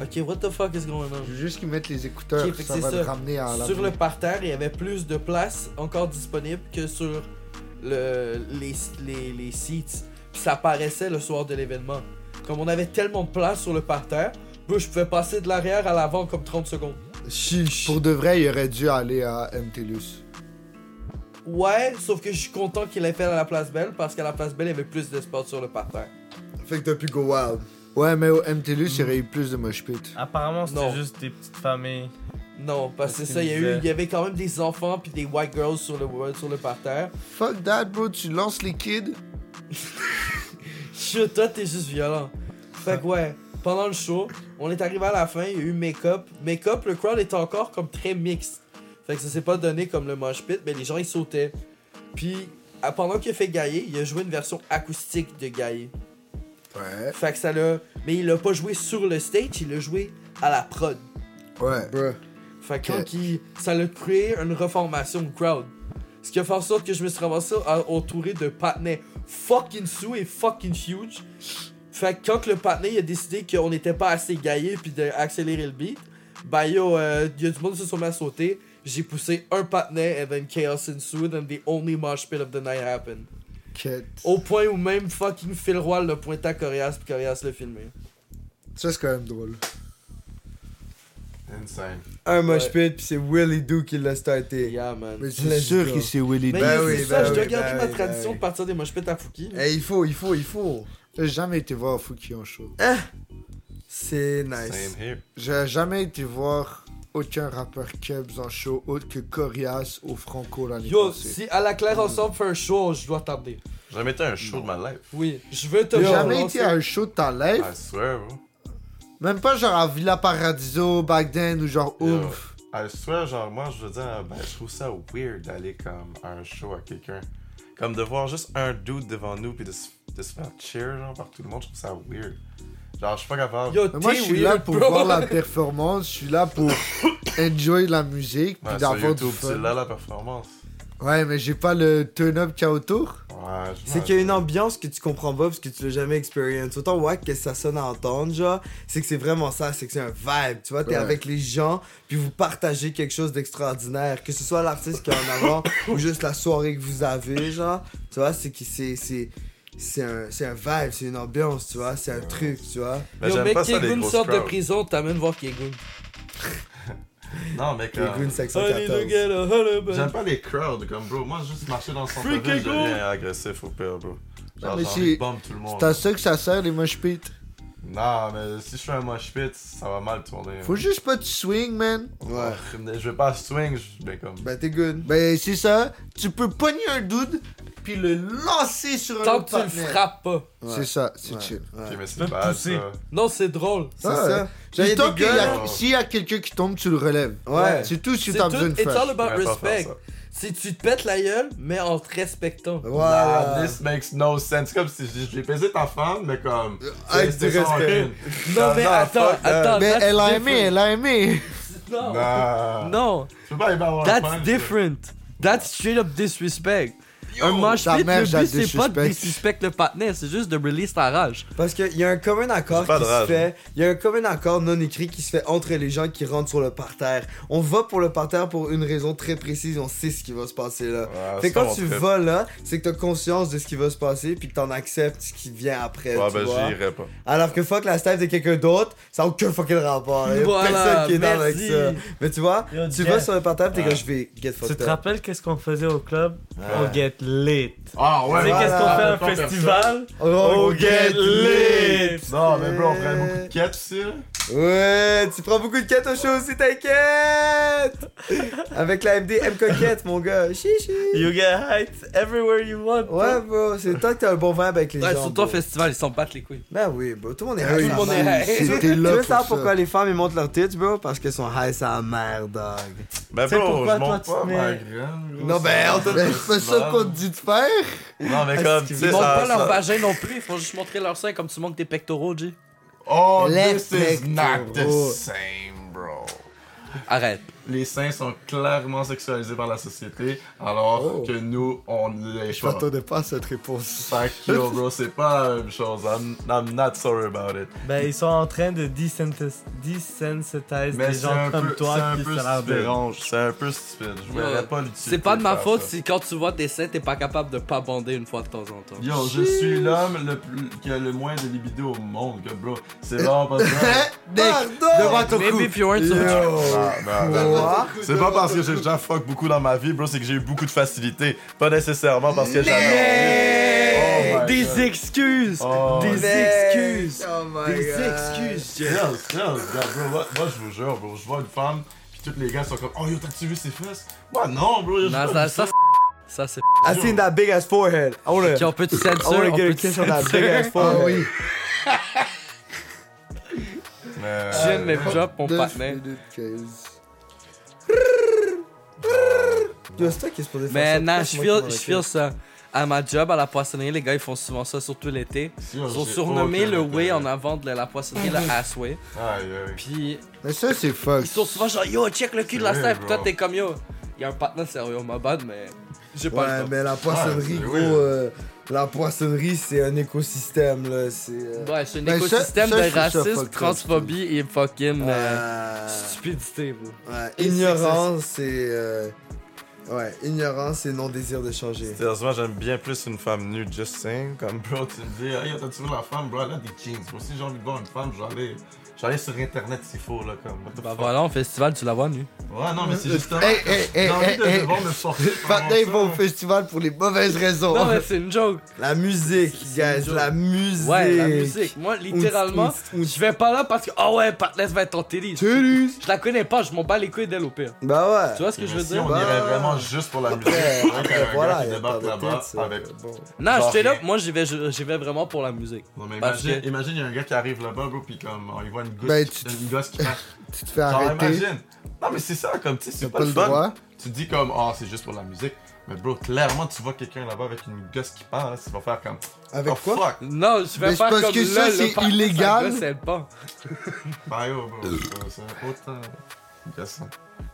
D: Ok, what the fuck is going on?
B: Je veux juste qu'ils mettent les écouteurs,
D: Ok, fait que
B: ça
D: c'est
B: va
D: ça.
B: le ramener à Ah, la
D: sur le parterre, il y avait plus de places encore disponibles que sur le, les, les, les seats. Puis ça paraissait le soir de l'événement. Comme on avait tellement de place sur le parterre, bro, je pouvais passer de l'arrière à l'avant comme 30 secondes.
B: Chiche. Pour de vrai, il aurait dû aller à MTLUS.
D: Ouais, sauf que je suis content qu'il ait fait à la place belle parce qu'à la place belle, il y avait plus d'espace sur le parterre.
C: Fait que t'as pu go wild.
B: Ouais, mais au MTLUS, il y aurait eu plus de mosh pit.
F: Apparemment, c'était
D: Non.
F: juste des petites familles.
D: Non, parce que
F: Parce
D: c'est ça, il y, a
F: qu'il
D: eu,
F: disait-
D: il y avait quand même des enfants puis des white girls sur le, sur le parterre.
B: Fuck that, bro, tu lances les kids.
D: Chut, toi, t'es juste violent. Fait que ouais, pendant le show, on est arrivé à la fin, il y a eu make-up. Make-up, le crowd était encore comme très mixte. Fait que ça s'est pas donné comme le mosh pit, mais les gens ils sautaient. Puis, à- pendant qu'il a fait Gaillé, il a joué une version acoustique de Gaillé.
A: Ouais.
D: Fait que ça l'a. Mais il l'a pas joué sur le stage, il l'a joué à la prod.
A: Ouais.
B: Bruh.
D: Fait que quand il- ça l'a créé une reformation au crowd. Ce qui a fait en sorte que je me suis ramassé à- entouré de patinets fucking sous et fucking huge. Fait que quand le patinet il a décidé qu'on n'était pas assez gaillé puis d'accélérer le beat, bah yo, euh, y a du monde qui se sont mis à sauter. J'ai poussé un patinet and then chaos ensued and the only mosh pit of the night happened.
A: Quête.
D: Au point où même fucking Phil Roy le pointé à Corias puis Corias l'a filmé.
A: Ça, c'est quand même drôle.
E: Insane.
C: Un mosh pit, pis c'est Willy Doo qui l'a starté.
D: Yeah man.
A: Mais
D: Mais
A: c'est
B: C'est
C: Let's
B: sûr
C: go.
B: que c'est Willy
D: c'est
B: Doo.
A: Ben oui,
D: ça,
A: ben
D: je dois
C: oui,
D: garder
C: ben
D: ma
C: oui,
D: tradition
C: ben
D: de partir des mosh pits à Fouki. mais-
C: Eh, il faut, il faut, il faut.
B: ben- J'ai jamais été voir Fouki en show.
C: C'est
E: Same
C: nice.
E: here.
B: J'ai jamais été voir aucun rappeur Kebs en show autre que Corias au Franco l'année
D: Yo,
B: passée.
D: si à la claire
E: Hmm.
D: ensemble fait un show, je dois tarder.
E: J'ai jamais été à un show de ma life.
D: Oui, je veux te
B: T'as
D: voir
B: jamais
D: lancer-
B: été à un show de ta life?
E: I swear, bro.
B: Même pas genre à Villa Paradiso, back then ou genre
E: Yo.
B: ouf.
E: I swear, genre, moi, je veux dire, ben, je trouve ça weird d'aller comme à un show à quelqu'un. Comme de voir juste un dude devant nous puis de se, de se faire cheer, genre, par tout le monde, je trouve ça weird. Genre, je suis pas capable.
D: Yo,
B: Mais moi,
D: t'es
B: je suis
D: weird,
B: là pour
D: bro.
B: voir la performance, je suis là pour enjoy la musique, puis
E: Ouais, sur
B: d'avoir du
E: YouTube,
B: fun.
E: c'est là la performance.
B: Ouais, mais j'ai pas le turn-up qu'il y a autour.
E: Ouais, je-
C: C'est qu'il y a une ambiance que tu comprends pas parce que tu l'as jamais expérience. Autant ouais que ça sonne à entendre, genre, c'est que c'est vraiment ça, c'est que c'est un vibe, tu vois, t'es
A: Ouais.
C: avec les gens, puis vous partagez quelque chose d'extraordinaire, que ce soit l'artiste qui est en avant ou juste la soirée que vous avez, genre, tu vois, c'est que c'est, c'est, c'est un, c'est un vibe, c'est une ambiance, tu vois, c'est un truc, tu vois.
E: Mais
D: Yo,
E: j'aime
D: mec,
E: pas ça, les
D: Kegun
E: grosses
D: sort de
E: crowds.
D: prison, t'amènes voir Kegun.
E: Non, mec,
C: Les Goons
D: Allez, le
C: 514.
D: gars, là, allez,
E: j'aime
D: ben.
E: pas les crowds, comme, bro. Moi, juste marcher dans le
D: Freak
E: centre-ville,
D: et
E: je
D: go.
E: deviens agressif au pire, bro. Genre,
B: mais
E: j'ai
B: c'est-
E: envie de bomber tout le monde.
B: C'est à ça que ça sert, les mosh pits.
E: Non, mais si je fais un mosh pit, ça va mal tourner. hein.
B: Faut juste pas te swing, man.
E: Ouais. Je vais pas swing, je vais comme.
C: Ben, t'es good.
B: Ben, c'est ça. Tu peux pogner un dude, puis le lancer sur un
D: Tant
B: autre
D: que tu le
B: partenaire.
D: frappes pas.
B: C'est ça, c'est
C: Ouais.
B: chill.
C: Ouais.
E: Ok, mais c'est
F: Même
E: bad,
F: pousser.
E: ça.
D: Non, c'est drôle.
C: C'est
B: Ah,
C: ça. Genre, il y a
B: Puis tant
C: des
B: qu'il y
C: gars-
B: a- S'il y a quelqu'un qui tombe, tu le relèves.
C: Ouais.
B: C'est tout ce
D: C'est
B: que t'as besoin de
D: tout, it's all
B: faire.
E: Je
D: about
E: vais pas faire
D: respect.
E: ça.
D: Si tu te pètes la gueule, mais en te respectant.
C: Voilà.
E: Nah, this makes no sense. Comme si je dis, je vais baiser ta femme, mais comme.
C: avec
E: c'est-
C: du
E: c'est sans
C: respect.
E: haine.
D: Non, mais
E: non,
D: attends,
E: fuck that.
D: attends.
B: Mais
D: that's
B: elle a aimé,
D: different.
B: elle a aimé.
D: Non,
E: Nah.
D: non,
E: Je peux pas y avoir un punch,
D: that's
E: là.
D: different. That's straight up disrespect. Un mosh
B: ta
D: pit,
B: mère,
D: le
B: j'ai
D: but, c'est pas de
B: disrespect.
D: disrespect le partenaire, c'est juste de release ta rage.
C: Parce qu'il y a un commun accord
E: C'est pas
C: qui
E: de rage,
C: se fait. Il y a un commun accord non écrit qui se fait entre les gens qui rentrent sur le parterre. On va pour le parterre pour une raison très précise. On sait ce qui va se passer là.
E: Ouais,
C: fait
E: ça,
C: que quand
E: on
C: tu
E: traite.
C: vas là, c'est que t'as conscience de ce qui va se passer puis que t'en acceptes ce qui vient après.
E: Ouais,
C: tu
E: ben,
C: vois.
E: j'irai pas.
C: Alors que fuck la staff de quelqu'un d'autre, ça a aucun fucking rapport. là. Y a
D: Voilà,
C: personne qui est dans avec
D: merci.
C: ça. Mais tu vois,
F: Yo,
C: tu
F: Jeff.
C: vas sur le parterre t'es
E: Ouais.
C: que je vais get
F: Tu
C: fucked
F: te
C: up.
F: rappelles qu'est-ce qu'on faisait au club?
E: Ouais.
F: On get lit.
E: Ah, ouais,
F: tu sais
E: ouais,
F: qu'est-ce qu'on
E: ouais,
F: fait à un
E: pas personne.
F: festival?
C: Oh,
F: On get lit!
E: Non, mais bro, on prend beaucoup de quêtes ici. là.
C: Ouais, tu prends beaucoup de quêtes au show aussi, t'inquiète! Avec la MD M coquette, mon gars. Chichi!
F: You get heights everywhere you want.
C: Ouais, bro, c'est tant que t'as un bon vibe avec les
D: Ouais,
C: gens.
D: surtout au
C: bro.
D: festival, ils s'en battent les couilles.
C: Ben oui, bro, tout le monde est
B: Ah oui,
D: tout le
C: high. sa
D: monde est
C: mère.
D: high.
C: Tu veux-
B: C'était là
C: Tu veux
B: pour
C: savoir
B: ça.
C: pourquoi les femmes ils montent leurs tits, bro? Parce qu'elles sont high sa mère, dog.
E: Ben,
F: C'est
E: bro,
F: pourquoi
E: je
F: toi,
E: monte
F: tu te
E: pas
F: mets-
E: ma graine. gros.
C: Non, ben, on te-
B: Ben, c'est pas ça qu'on te dit de faire.
E: Non, mais comme, tu
D: Ils
E: sais,
D: montrent
E: ça.
D: pas leur
E: ça-
D: vagin non plus, ils font juste montrer leur sein comme tu montres tes pectoraux, J.
E: Oh,
B: Left
E: this is
B: leg
E: not the
B: to-
E: same, bro.
D: Arrête.
E: Les seins sont clairement sexualisés par la société, alors
B: Oh.
E: que nous, on ne l'est
B: Je
E: pas.
B: m'attendais pas à cette réponse.
E: Fuck you, bro, c'est pas la même chose. I'm, I'm not sorry about it.
F: Ben, ils sont en train de desensitiser des
E: Mais Ben, c'est
F: gens
E: un
F: comme
E: peu, c'est
F: toi
E: un
F: qui
E: peu
F: se rendent.
E: stupide. C'est un peu stupide. Je voulais pas l'utiliser.
D: C'est pas de ma faute si quand tu vois tes seins, t'es pas capable de pas bander une fois de temps en temps.
E: Yo, je suis l'homme le plus, qui a le moins de libido au monde, que bro. C'est vraiment pas ça.
B: Devant ton
D: Maybe
B: cou.
D: if you weren't so much-
E: Ah, non, non.
C: Quoi?
E: C'est pas parce que j'ai déjà fuck beaucoup dans ma vie, bro, c'est que j'ai eu beaucoup de facilité. Pas nécessairement parce que j'avais. Oh my
D: Des
E: God.
D: excuses!
E: Oh.
D: Des excuses!
C: Oh my
D: Des
C: God.
D: excuses, Jeff.
E: Sérieux, sérieux, regarde, bro, moi, moi, je vous jure, bro, je vois une femme, pis tous les gars sont comme, oh yo, t'as-tu vu ses fesses? Moi, non, bro, j'ai
D: Non,
E: pas
D: ça,
E: vu
D: ça, c'est- ça c'est.
C: I seen that big ass forehead. I wanna,
D: Ok, on peut te
C: I
D: censurer,
C: wanna
D: on
C: get
D: peut
C: a
D: te
C: kiss on that big
D: censurer.
C: ass
B: Ah
C: forehead.
B: oui.
E: Mais-
D: Je viens de me drop mon
B: Deux
D: partenaire.
B: minutes quinze.
C: Yo, c'est toi qui es supposé faire ça.
D: Mais
C: Pourquoi
D: non,
C: c'est
D: je
C: moi qui
D: feel,
C: m'en
D: je
C: occupe?
D: feel ça. à ma job, à la poissonnerie, les gars, ils font souvent ça, surtout l'été.
E: Ils
D: Ils ont surnommé le Way en avant de la poissonnerie le Assway.
E: Aïe, aïe.
D: Puis
B: Mais ça, c'est
D: ils
B: fuck.
D: sont souvent genre yo, check le cul de la
E: Ouais,
D: staff. Puis toi,
E: bro.
D: t'es comme yo. Il y a un partenaire sérieux, ma bad, mais j'ai pas
C: Ouais,
D: le temps.
C: mais la poissonnerie,
E: Ah, c'est
C: gros,
E: weird.
C: euh, la poissonnerie, c'est un écosystème, là. C'est. euh,
D: Ouais, c'est un
B: Mais Ben, ça-
D: écosystème
B: ça, je
D: de
B: trouve ça
D: racisme,
B: fucked up,
D: transphobie et fucking euh,
C: euh,
D: stupidité, bro.
C: ouais, ignorance, c'est. euh, ouais, ignorance et non-désir de changer.
E: Sérieusement, j'aime bien plus une femme nue, just saying. Comme bro, tu me dis, hey, t'as-tu vu la femme, bro, elle a des jeans. Moi, si j'ai envie de voir une femme, je vais aller, je vais aller sur internet s'il faut, là, comme. what the
D: Bah
E: fuck.
D: voilà, au festival, tu la vois nu.
E: Ouais, non, mais c'est justement.
B: Hey, hey, hey,
E: j'ai envie
B: hey,
E: de
B: hey.
E: devoir me forcer.
B: Maintenant, ils vont au
E: pendant ça.
B: festival pour les mauvaises raisons.
D: Non, mais c'est une joke.
C: La musique,
D: C'est une
C: guys,
D: joke.
C: la musique.
D: Ouais, la musique. Moi,
C: Outs,
D: littéralement,
C: outs, outs.
D: je vais pas là parce que, oh ouais, Patness va être en télé. Je la connais pas, je m'en bats les couilles d'elle au pire.
C: Bah ouais.
D: Tu vois ce que je veux
E: Mais si
D: dire?
E: on
C: Bah.
E: irait vraiment juste pour la musique.
C: Après,
E: faudrait qu'il y ait un
C: après,
E: gars
C: voilà,
E: qui
C: il y a pas
E: débarque
C: de
E: là-bas
C: tête,
E: avec.
C: euh, bon.
D: Non,
E: Genre
D: j'étais là,
E: rien.
D: moi j'y vais, je- j'y vais vraiment pour la musique.
E: Non, mais
D: Parce
E: imagine,
D: que-
E: imagine, il y a un gars qui arrive là-bas, bro, pis comme, oh, il voit une gosse,
B: Ben, tu
E: qui-
B: te-
E: une gosse qui marche.
B: Tu te fais
E: Genre,
B: arrêter.
E: imagine. Non, mais c'est ça, comme, tu sais,
B: T'as
E: c'est
B: pas le
E: fun.
B: droit.
E: Tu te dis comme, ah, c'est juste pour la musique. Mais bro, clairement, tu vois quelqu'un là-bas avec une gosse qui parle, là, tu vas faire comme.
C: Avec
E: oh,
C: quoi
E: fuck!
D: Non, je
B: Mais
D: vais
B: c'est
D: faire
B: parce
D: comme
B: que
D: là,
B: ça,
D: là,
B: c'est
D: par-
B: illégal.
D: ça gosse, elle pend.
E: Bah yo, bro, c'est- c'est autant. Yes. hein.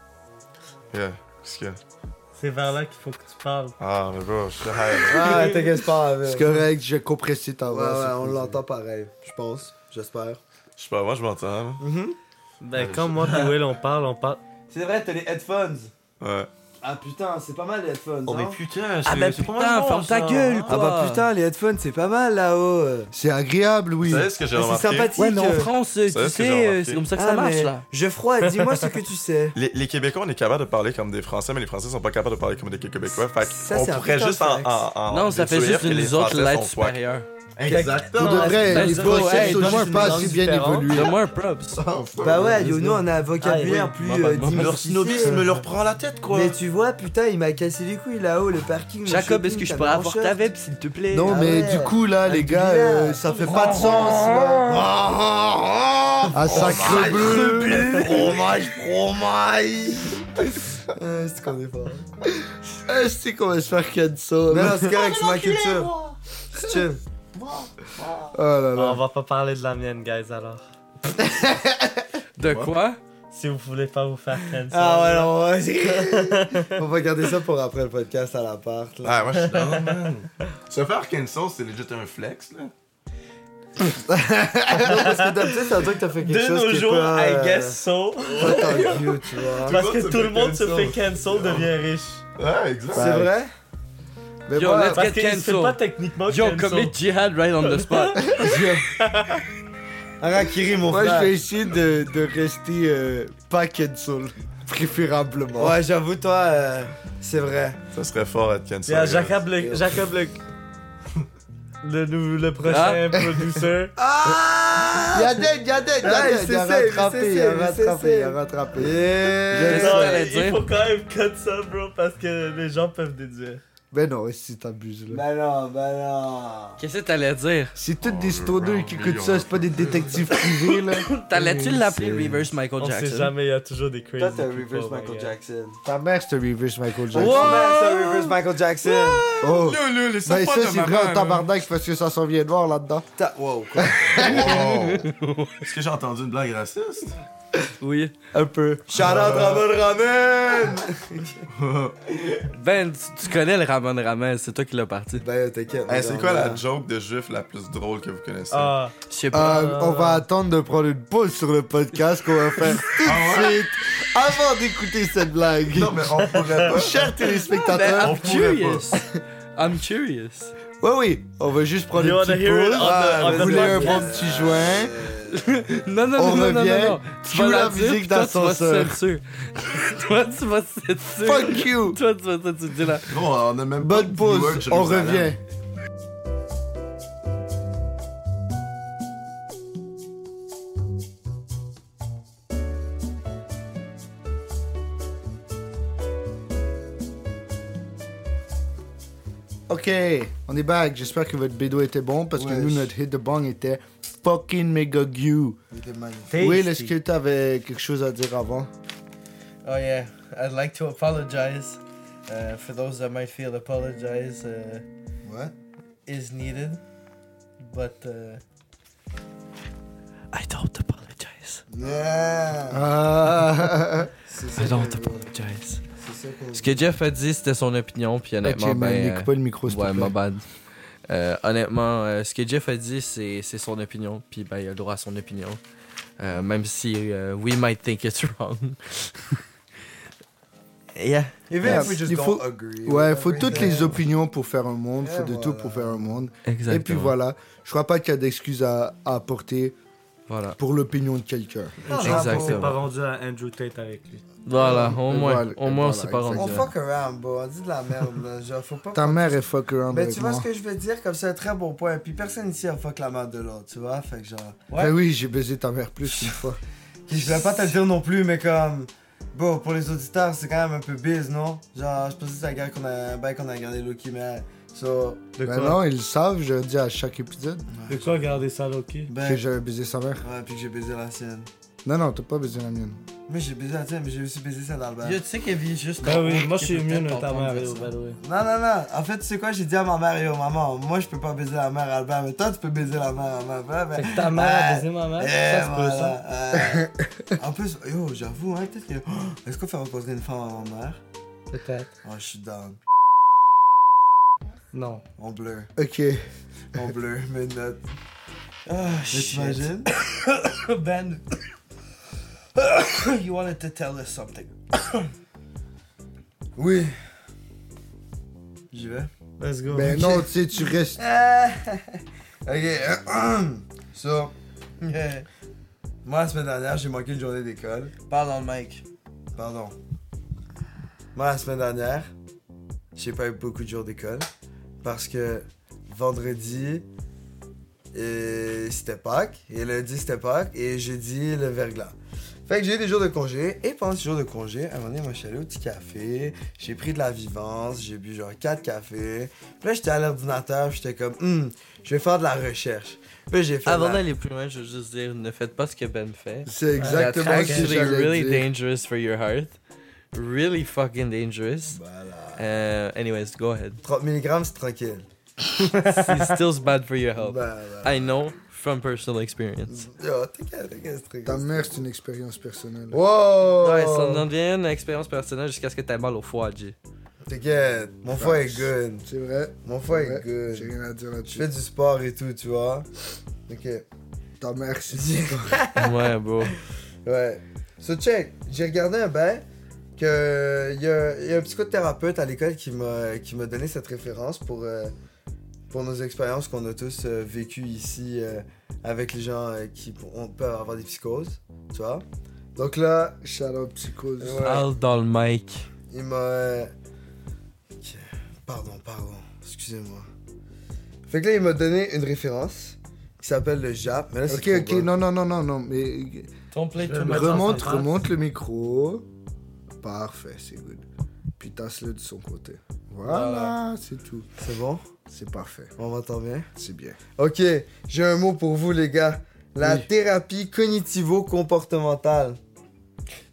E: Yeah, qu'est-ce qu'il y a?
F: C'est vers là qu'il faut que tu parles.
E: Ah, mais bro, je suis high.
C: Ah, ouais, t'inquiète pas, avec.
B: C'est correct, j'ai compressé ta
C: Ouais,
B: voix. c'est
C: ouais, on
B: cool.
C: l'entend pareil, je pense, j'espère.
E: Je sais pas, moi, je m'entends, là.
F: Ben, comme moi et Will, on parle, on parle.
C: C'est vrai, t'as les headphones.
E: Ouais.
C: Ah putain, c'est pas mal les headphones.
E: Oh, mais
C: hein?
E: putain,
D: Ah, ben
E: c'est pas
D: putain,
E: mal bon,
D: ferme ta
E: ça,
D: gueule,
E: hein.
C: Ah bah putain, les headphones, c'est pas mal là-haut. euh.
B: C'est agréable, oui.
E: Vous savez ce que j'ai
C: C'est
E: remarqué?
C: sympathique.
D: Ouais, mais en
C: euh.
D: France, euh,
E: Ça,
D: tu
E: c'est ce que
D: sais,
E: j'ai
D: euh,
E: remarqué.
D: c'est comme ça que
C: Ah,
D: ça marche
C: mais
D: là.
C: Geoffroy, dis-moi ce que tu sais.
E: Les, les Québécois, on est capable de parler comme des Français, mais les Français sont pas capables de parler comme des Québécois. Fait
C: Ça,
E: qu'on
C: c'est un
E: pourrait
C: putain de
E: juste en,
C: flex.
E: en, en-
D: Non, ça fait
E: déduire
D: juste
E: que les
D: nous autres
E: Français
D: l'aide
E: sont wack.
D: supérieure.
B: Pour
E: Exactement.
B: de vrai,
D: Let's
B: les
D: go,
B: process
D: hey,
B: sociaux
F: donne-moi
B: pas
F: une
B: assez
F: raison
B: bien
F: différente.
B: évolués.
D: Donne-moi un props.
C: Bah ouais, yo,
F: Let's
C: nous
F: go.
C: on a un vocabulaire
F: Ah,
C: plus
F: oui.
D: Bah,
C: euh,
D: bah, bah,
E: Leur snobisme
C: diversifié.
E: leur prend la tête, quoi.
C: Mais tu vois, putain, il m'a cassé les couilles là-haut, le parking. le
D: Jacob,
C: shopping,
D: est-ce que je
C: t'as Ah,
D: peux
C: mis en
D: avoir ta
C: short.
D: web s'il te plaît?
B: Non,
C: Ah
B: mais
C: ouais.
B: du coup, là, les gars, euh, ça fait pas de sens.
C: Oh,
B: là. Ah, sacre
C: ah!
B: bleu!
E: Fromage, fromage.
C: Euh, C'est qu'on est fort.
B: Ah, C'est qu'on va se faire cancel.
C: Non, non, c'est correct, c'est ma culture. C'est chill.
B: Oh là
F: On
B: là.
F: va pas parler de la mienne, guys, alors.
D: De quoi?
F: Si vous voulez pas vous faire cancel.
C: Ah ouais, non, ouais. On va garder ça pour après le podcast à l'appart. là.
E: Ah, moi, je suis down, man. Se faire Kenson, c'est legit un flex, là.
C: Non, parce que d'habitude, c'est un truc que t'as fait quelque
F: De
C: chose.
F: nos
C: qui est
F: jours,
C: pas,
F: I
C: euh,
F: guess so.
C: Pas tant cute, tu vois.
F: Parce
E: monde
F: que
E: se
F: tout
E: fait
F: le monde se fait
E: cancel.
F: cancel devient riche.
E: Ouais, exact.
C: C'est vrai? euh,
B: Mais
D: Yo,
B: moi,
D: let's
F: Parce
D: get
F: que c'est pas
D: cancelled.
F: techniquement
D: Yo,
F: cancel.
D: commit jihad right on the spot.
C: Arakiri, mon
B: moi, je
C: frère.
B: vais essayer de, de rester euh, pas cancel, préférablement.
C: Ouais, j'avoue, toi, euh, c'est vrai.
E: Ça serait fort être Kenson.
F: Yeah, Jacob le... Jacob le... Le, nou- le prochain producer.
C: Ah!
B: Yaden, Yaden,
C: Ah,
B: Yaden,
C: il
B: il a
C: s'essaie, il
B: rattrapé, il
C: s'essaie,
B: a
C: il
B: rattrapé, il a
C: s'essaie.
B: rattrapé.
C: Yeah!
D: Qu'est-ce
F: Non,
D: que t'allais
F: il
D: dire?
F: faut quand même cut ça, bro, parce que les gens peuvent déduire.
B: Mais non, si t'abuses là.
C: Bah non, bah non.
D: Qu'est-ce que t'allais dire?
B: C'est toutes des stoners qui écoutent ça, c'est pas des détectives privés là.
D: T'allais-tu l'appeler
B: C'est-
D: reverse Michael
F: On sait
D: Jackson?
F: jamais, il y a toujours des crazy
C: Toi, t'as
F: people,
C: reverse
F: Oh my
C: Michael
F: guy.
C: Jackson.
B: Ta mère, c'est un reverse Michael
C: Wow!
B: Jackson.
C: T'as reverse Michael Jackson.
B: Oh.
E: Là, là, les
B: Ben
E: sapins
B: ça,
E: de
B: c'est
E: ma
B: vrai en
E: mère,
B: tabarnak parce que ça s'en vient de voir là-dedans.
C: T'as- Wow, quoi?
E: là. Wow. Est-ce que j'ai entendu une blague raciste?
D: Oui.
B: Un peu.
C: Shout out Ramon Ramon!
D: Ben, tu, tu connais le Ramon Ramon, c'est toi qui l'as parti.
C: Ben yo, t'inquiète.
E: Hey, Eh, c'est quoi la
C: joke?
E: joke de juif la plus drôle que vous connaissez?
F: Ah,
D: Je sais pas.
B: Euh, on va attendre de prendre une pause sur le podcast qu'on va faire tout de suite avant d'écouter cette blague.
E: Ah Non, mais on pourrait pas.
B: Chers
D: Ben,
B: téléspectateurs,
D: I'm curious. I'm curious.
B: ouais oui, on va juste prendre
F: You
B: une
F: wanna
B: petite
F: hear it on
B: pause.
F: the- on
B: Vous
F: the
B: voulez un
F: podcast?
B: bon petit joint
D: Non,
B: On
D: non, non, non, non,
B: revient.
D: non, non.
B: Tu
D: vas
B: joues la
D: dire,
B: musique
D: puis toi,
B: d'ascenseur.
D: tu vas censurer. toi, tu vas censurer.
B: Fuck you.
D: Toi, tu vas censurer là.
E: Non, on a même pas
B: Bonne
E: de
B: pause,
E: viewer de
B: on
E: Jérusalem.
B: revient. Ok, on est back. J'espère que votre bédo était bon parce que
C: Ouais.
B: nous, notre hit de bang était fucking mega goo. Oui, est-ce que t'avais quelque chose à dire avant?
D: Oh yeah, I'd like to apologize uh, for those that might feel apologize. Uh,
A: Ouais.
D: is needed, but uh,
F: I don't apologize.
A: Yeah!
B: Ah.
A: C'est ça
F: I don't
A: qu'on veut.
F: apologize.
A: C'est ça qu'on
D: ce que Jeff a dit, c'était son opinion, puis honnêtement,
B: Ok, man,
D: ben,
B: n'écoute
D: euh,
B: pas le micro, s'il te
D: ouais,
B: plaît.
D: my bad. Euh, honnêtement, euh, ce que Jeff a dit, c'est c'est son opinion, puis ben, il a le droit à son opinion, Euh, même si euh, we might think it's wrong. yeah.
C: Even
B: Yeah,
C: if we just
B: il
C: don't
B: faut-
C: agree.
B: Ouais,
C: or
B: faut
C: whatever,
B: toutes
C: then-
B: les opinions pour faire un monde, faut
C: Eh,
A: Yeah,
B: de tout
A: voilà.
B: pour faire un monde.
D: Exactement.
B: Et puis voilà, je crois pas qu'il y a d'excuses à, à apporter
D: Voilà.
B: pour l'opinion de quelqu'un.
C: Ah,
D: Exactement.
F: C'est pas vendu à Andrew Tate avec lui.
D: Voilà, au moins,
B: Ah, Voilà,
D: au moins on
B: voilà,
D: s'est pas rendu.
B: exactement.
C: On
D: là.
C: fuck around, bro. On dit de la merde, là. Genre, faut pas.
B: Ta mère est fuck around
C: Mais
B: avec
C: tu vois
B: moi.
C: ce que je veux dire, comme c'est un très bon point. Puis personne ici a fuck la merde de l'autre, tu vois. Fait que genre.
B: Ben oui, j'ai baisé ta mère plus qu'une fois.
C: Je voulais pas te le dire non plus, mais comme. Bro, pour les auditeurs, c'est quand même un peu biz, non? Genre, je pensais que c'est la guerre qu'on a. Ben, qu'on a regardé Loki, mais. So.
F: De
B: Ben
F: quoi
B: non, ils le savent, je le dis à chaque épisode
F: De quoi garder ça loqué
C: Ben.
B: que j'avais baisé sa mère.
C: Ouais, puis que j'ai baisé la sienne.
B: Non, non, t'as pas baisé la mienne.
C: Mais j'ai baisé la tienne, mais j'ai aussi baisé celle d'Albert.
D: Yo, tu sais qu'elle vit juste.
F: Ben oui, moi je
D: Qu'elle
F: suis
D: peut
F: mieux
D: peut-être
F: notamment
D: entendre
F: avec
D: ça.
F: Ovaloré.
C: Non, non, non. En fait, tu sais quoi, j'ai dit à ma mère, yo, maman, moi je peux pas baiser la mère Albert, mais toi tu peux baiser la mère à ma mère.
F: Fait
C: Mais...
F: que ta mère
C: Ah,
F: a baisé ma mère,
C: Eh,
F: ça c'est pas ça.
C: voilà, euh, En plus, yo, j'avoue, hein, peut-être que. Oh, Est-ce qu'on fait rencontrer une femme à ma mère?
F: Peut-être.
C: Oh, je suis down.
F: Non.
C: On bleu.
B: Ok.
C: On bleu, mes notes.
D: Ah,
C: Mais
D: shit.
C: t'imagines?
D: Ben, you wanted to tell us something.
C: Oui. J'y vais.
F: Let's go.
B: Ben non, tu sais, tu restes.
D: Eh.
C: ok. so. Moi, la semaine dernière, j'ai manqué une journée d'école.
D: Parle dans le mic.
C: Pardon. Moi, la semaine dernière, j'ai pas eu beaucoup de jours d'école parce que vendredi, euh, c'était Pâques, et lundi, c'était Pâques, et jeudi, le verglas. Fait que j'ai eu des jours de congé, et pendant ces jours de congé, à un moment donné, moi, je suis allé au petit café, j'ai pris de la vivance, j'ai bu genre 4 cafés. Puis là, j'étais à l'ordinateur, j'étais comme, Hmm, je vais faire de la recherche. Puis j'ai fait. de
D: Avant
C: la-
D: d'aller plus loin, je veux juste dire, ne faites pas ce que Ben fait.
B: C'est exactement
D: That's
B: ce que
D: actually
B: j'allais
D: really
B: dire.
D: dangerous for your heart. Really fucking dangerous.
B: Bah.
C: Voilà.
D: Uh, anyways, go ahead.
C: 30 mg, c'est tranquille.
D: It's still bad for your health.
C: Bah, bah.
D: I know from personal experience.
C: Yo, t'inquiète, t'inquiète, c'est tranquille.
B: Ta mère, c'est une expérience personnelle.
D: Oh.
B: Bah.
C: Wow!
D: Ouais, ça devient une expérience personnelle jusqu'à ce que t'aies mal au foie, J.
C: T'inquiète, mon foie est good.
B: C'est vrai.
C: Mon foie
B: Ouais,
C: est
B: J'ai
C: good.
B: rien à dire
C: Je
B: là-dessus.
C: fais du sport et tout, tu vois. Ok.
B: Ta mère, c'est
D: Ouais, bro.
C: Ouais. So, check, j'ai regardé un bain que il y, a- y a un psychothérapeute à l'école qui m'a qui m'a donné cette référence pour, euh, pour nos expériences qu'on a tous euh, vécues ici euh, avec les gens euh, qui p- on peut avoir des psychoses, tu vois. Donc là,
B: Shout out psychose.
C: Ouais.
D: Parle dans le mic.
C: Il m'a. euh, ok. Pardon, pardon. Excusez-moi. Fait que là, il m'a donné une référence qui s'appelle le Jap. Mais là, c'est
B: Ok,
C: trop
B: ok, non,
C: bas.
B: non, non, non, non, mais
D: Ton play
F: too much.
B: remonte,
F: ça passe.
B: remonte le micro. Parfait, c'est good. Puis tasse-le de son côté. Voilà, c'est tout.
C: C'est bon
B: C'est parfait,
C: On m'entend bien
B: c'est bien.
C: Ok, j'ai un mot pour vous, les gars. La
B: Oui.
C: thérapie cognitivo-comportementale.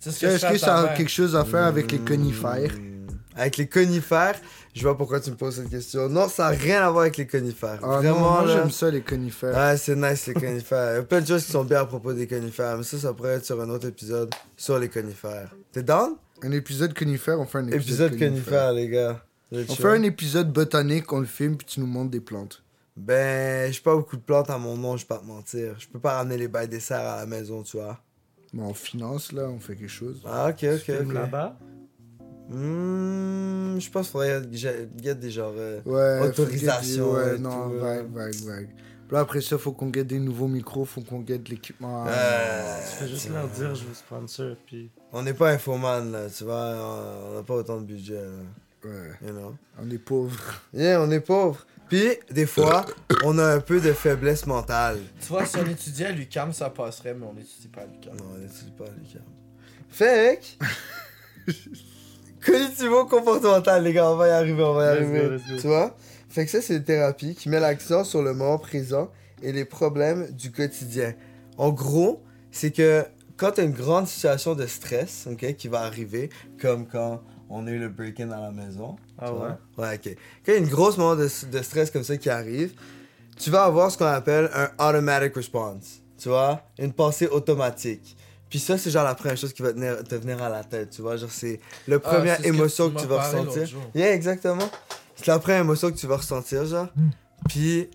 B: Est-ce que ça a quelque chose à faire avec
C: Mmh.
B: les conifères
C: Hmm. Avec les conifères, je vois pourquoi tu me poses cette question. Non, ça n'a rien à voir avec les conifères.
B: Ah non,
C: Vraiment,
B: moi
C: là.
B: j'aime ça les conifères.
C: Ah, c'est nice les conifères. Il y a plein de choses qui sont bien à propos des conifères, mais ça, ça pourrait être sur un autre épisode sur les conifères. T'es down?
B: Un épisode conifère, on fait un épisode,
C: Épisode conifère, les gars.
B: On fait un épisode botanique, on le filme, puis tu nous montres des plantes.
C: Ben, j'ai pas beaucoup de plantes à mon nom, je vais pas te mentir. Je peux pas ramener les bails dessert à la maison, tu vois.
B: Bon, on finance là, on fait quelque chose.
C: Ah, ok, ok,
F: Filme
C: ok.
F: là-bas.
C: Hmm, je pense qu'il faudrait que j'ai- il y a des genres... euh,
B: Ouais, faut
C: Autorisation
B: guetter-
C: et
B: ouais, non,
C: tout, euh.
B: vague, vague, vague. Puis là, après ça, faut qu'on guette des nouveaux micros, faut qu'on guette l'équipement.
C: euh,
F: Ah, Tu fais juste leur dire, je vous sponsor, puis.
C: on n'est pas infoman, là, tu vois. On on n'a pas autant de budget, là.
B: Ouais.
C: You know?
B: On est pauvres.
C: Yeah, on est pauvre. Puis, des fois, on a un peu de faiblesse mentale.
D: Tu vois, si on étudiait à l'UCAM, ça passerait, mais on étudie pas à l'UCAM.
C: Non, on n'étudie pas les câbles. Fait que... Cognitivo comportemental, les gars, on va y arriver, on va y
F: Let's go,
C: arriver.
F: let's go.
C: Tu vois? Fait que ça, c'est une thérapie qui met l'accent sur le moment présent et les problèmes du quotidien. En gros, c'est que quand t'as une grande situation de stress, ok, qui va arriver, comme quand on a eu le break-in à la maison.
F: Ah
C: tu
F: ouais?
C: vois. Ouais, ok. Quand il y a une grosse moment de, de stress comme ça qui arrive, tu vas avoir ce qu'on appelle un automatic response. Tu vois? Une pensée automatique. Puis ça, c'est genre la première chose qui va tenir- te venir à la tête, tu vois? Genre, c'est la
D: Ah,
C: première
D: c'est ce que
C: émotion
D: tu
C: que tu
D: m'as
C: vas
D: parlé l'autre
C: ressentir.
D: jour.
C: Yeah, exactement. C'est la première émotion que tu vas ressentir, genre.
D: Hmm.
C: Puis,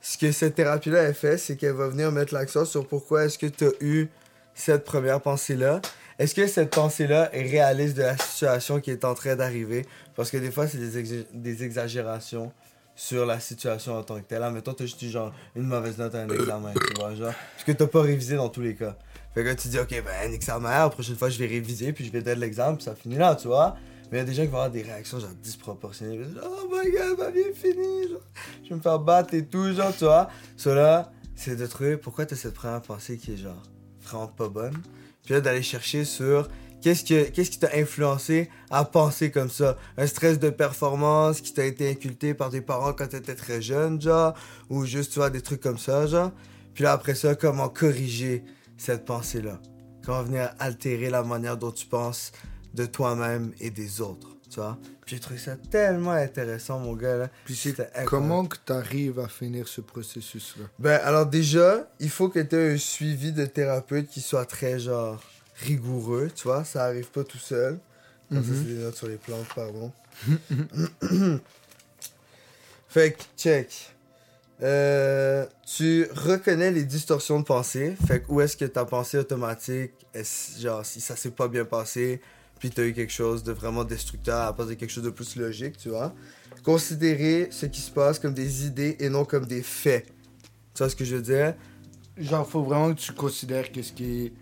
C: ce que cette thérapie-là, elle fait, c'est qu'elle va venir mettre l'accent sur pourquoi est-ce que tu as eu cette première pensée-là. Est-ce que cette pensée-là est réaliste de la situation qui est en train d'arriver? Parce que des fois, c'est des, ex- des exagérations sur la situation en tant que telle. Admettons, t'as juste eu genre une mauvaise note à un examen, tu vois, genre. Parce que t'as pas révisé dans tous les cas. Fait que là, tu dis, ok, ben, nique sa mère, la prochaine fois, je vais réviser, puis je vais donner l'examen, puis ça finit là, tu vois. Mais il y a des gens qui vont avoir des réactions genre disproportionnées. Ils vont dire, oh my god, ma vie est finie, genre. Je vais me faire battre et tout, genre, tu vois. Cela, c'est de trouver pourquoi t'as cette première pensée qui est genre vraiment pas bonne. Puis là, d'aller chercher sur qu'est-ce, que, qu'est-ce qui t'a influencé à penser comme ça. Un stress de performance qui t'a été inculté par tes parents quand t'étais très jeune, genre. Ou juste, tu vois, des trucs comme ça, genre. Puis là, après ça, comment corriger cette pensée-là. Comment venir altérer la manière dont tu penses de toi-même et des autres, tu vois. Puis j'ai trouvé ça tellement intéressant, mon gars, là. Puis c'était incroyable.
B: Comment que t'arrives à finir ce processus-là
C: Ben, alors déjà, il faut que tu aies un suivi de thérapeute qui soit très, genre, rigoureux, tu vois. Ça arrive pas tout seul. Comme ça, c'est des notes sur les plantes, pardon. fait que, check. Euh, tu reconnais les distorsions de pensée. Fait que, où est-ce que ta pensée automatique, est-ce- genre, si ça s'est pas bien passé, puis t'as eu quelque chose de vraiment destructeur à la place de quelque chose de plus logique, tu vois. Considérer ce qui se passe comme des idées et non comme des faits. Tu vois ce que je veux dire?
B: Genre, faut vraiment que tu considères qu'est-ce qui est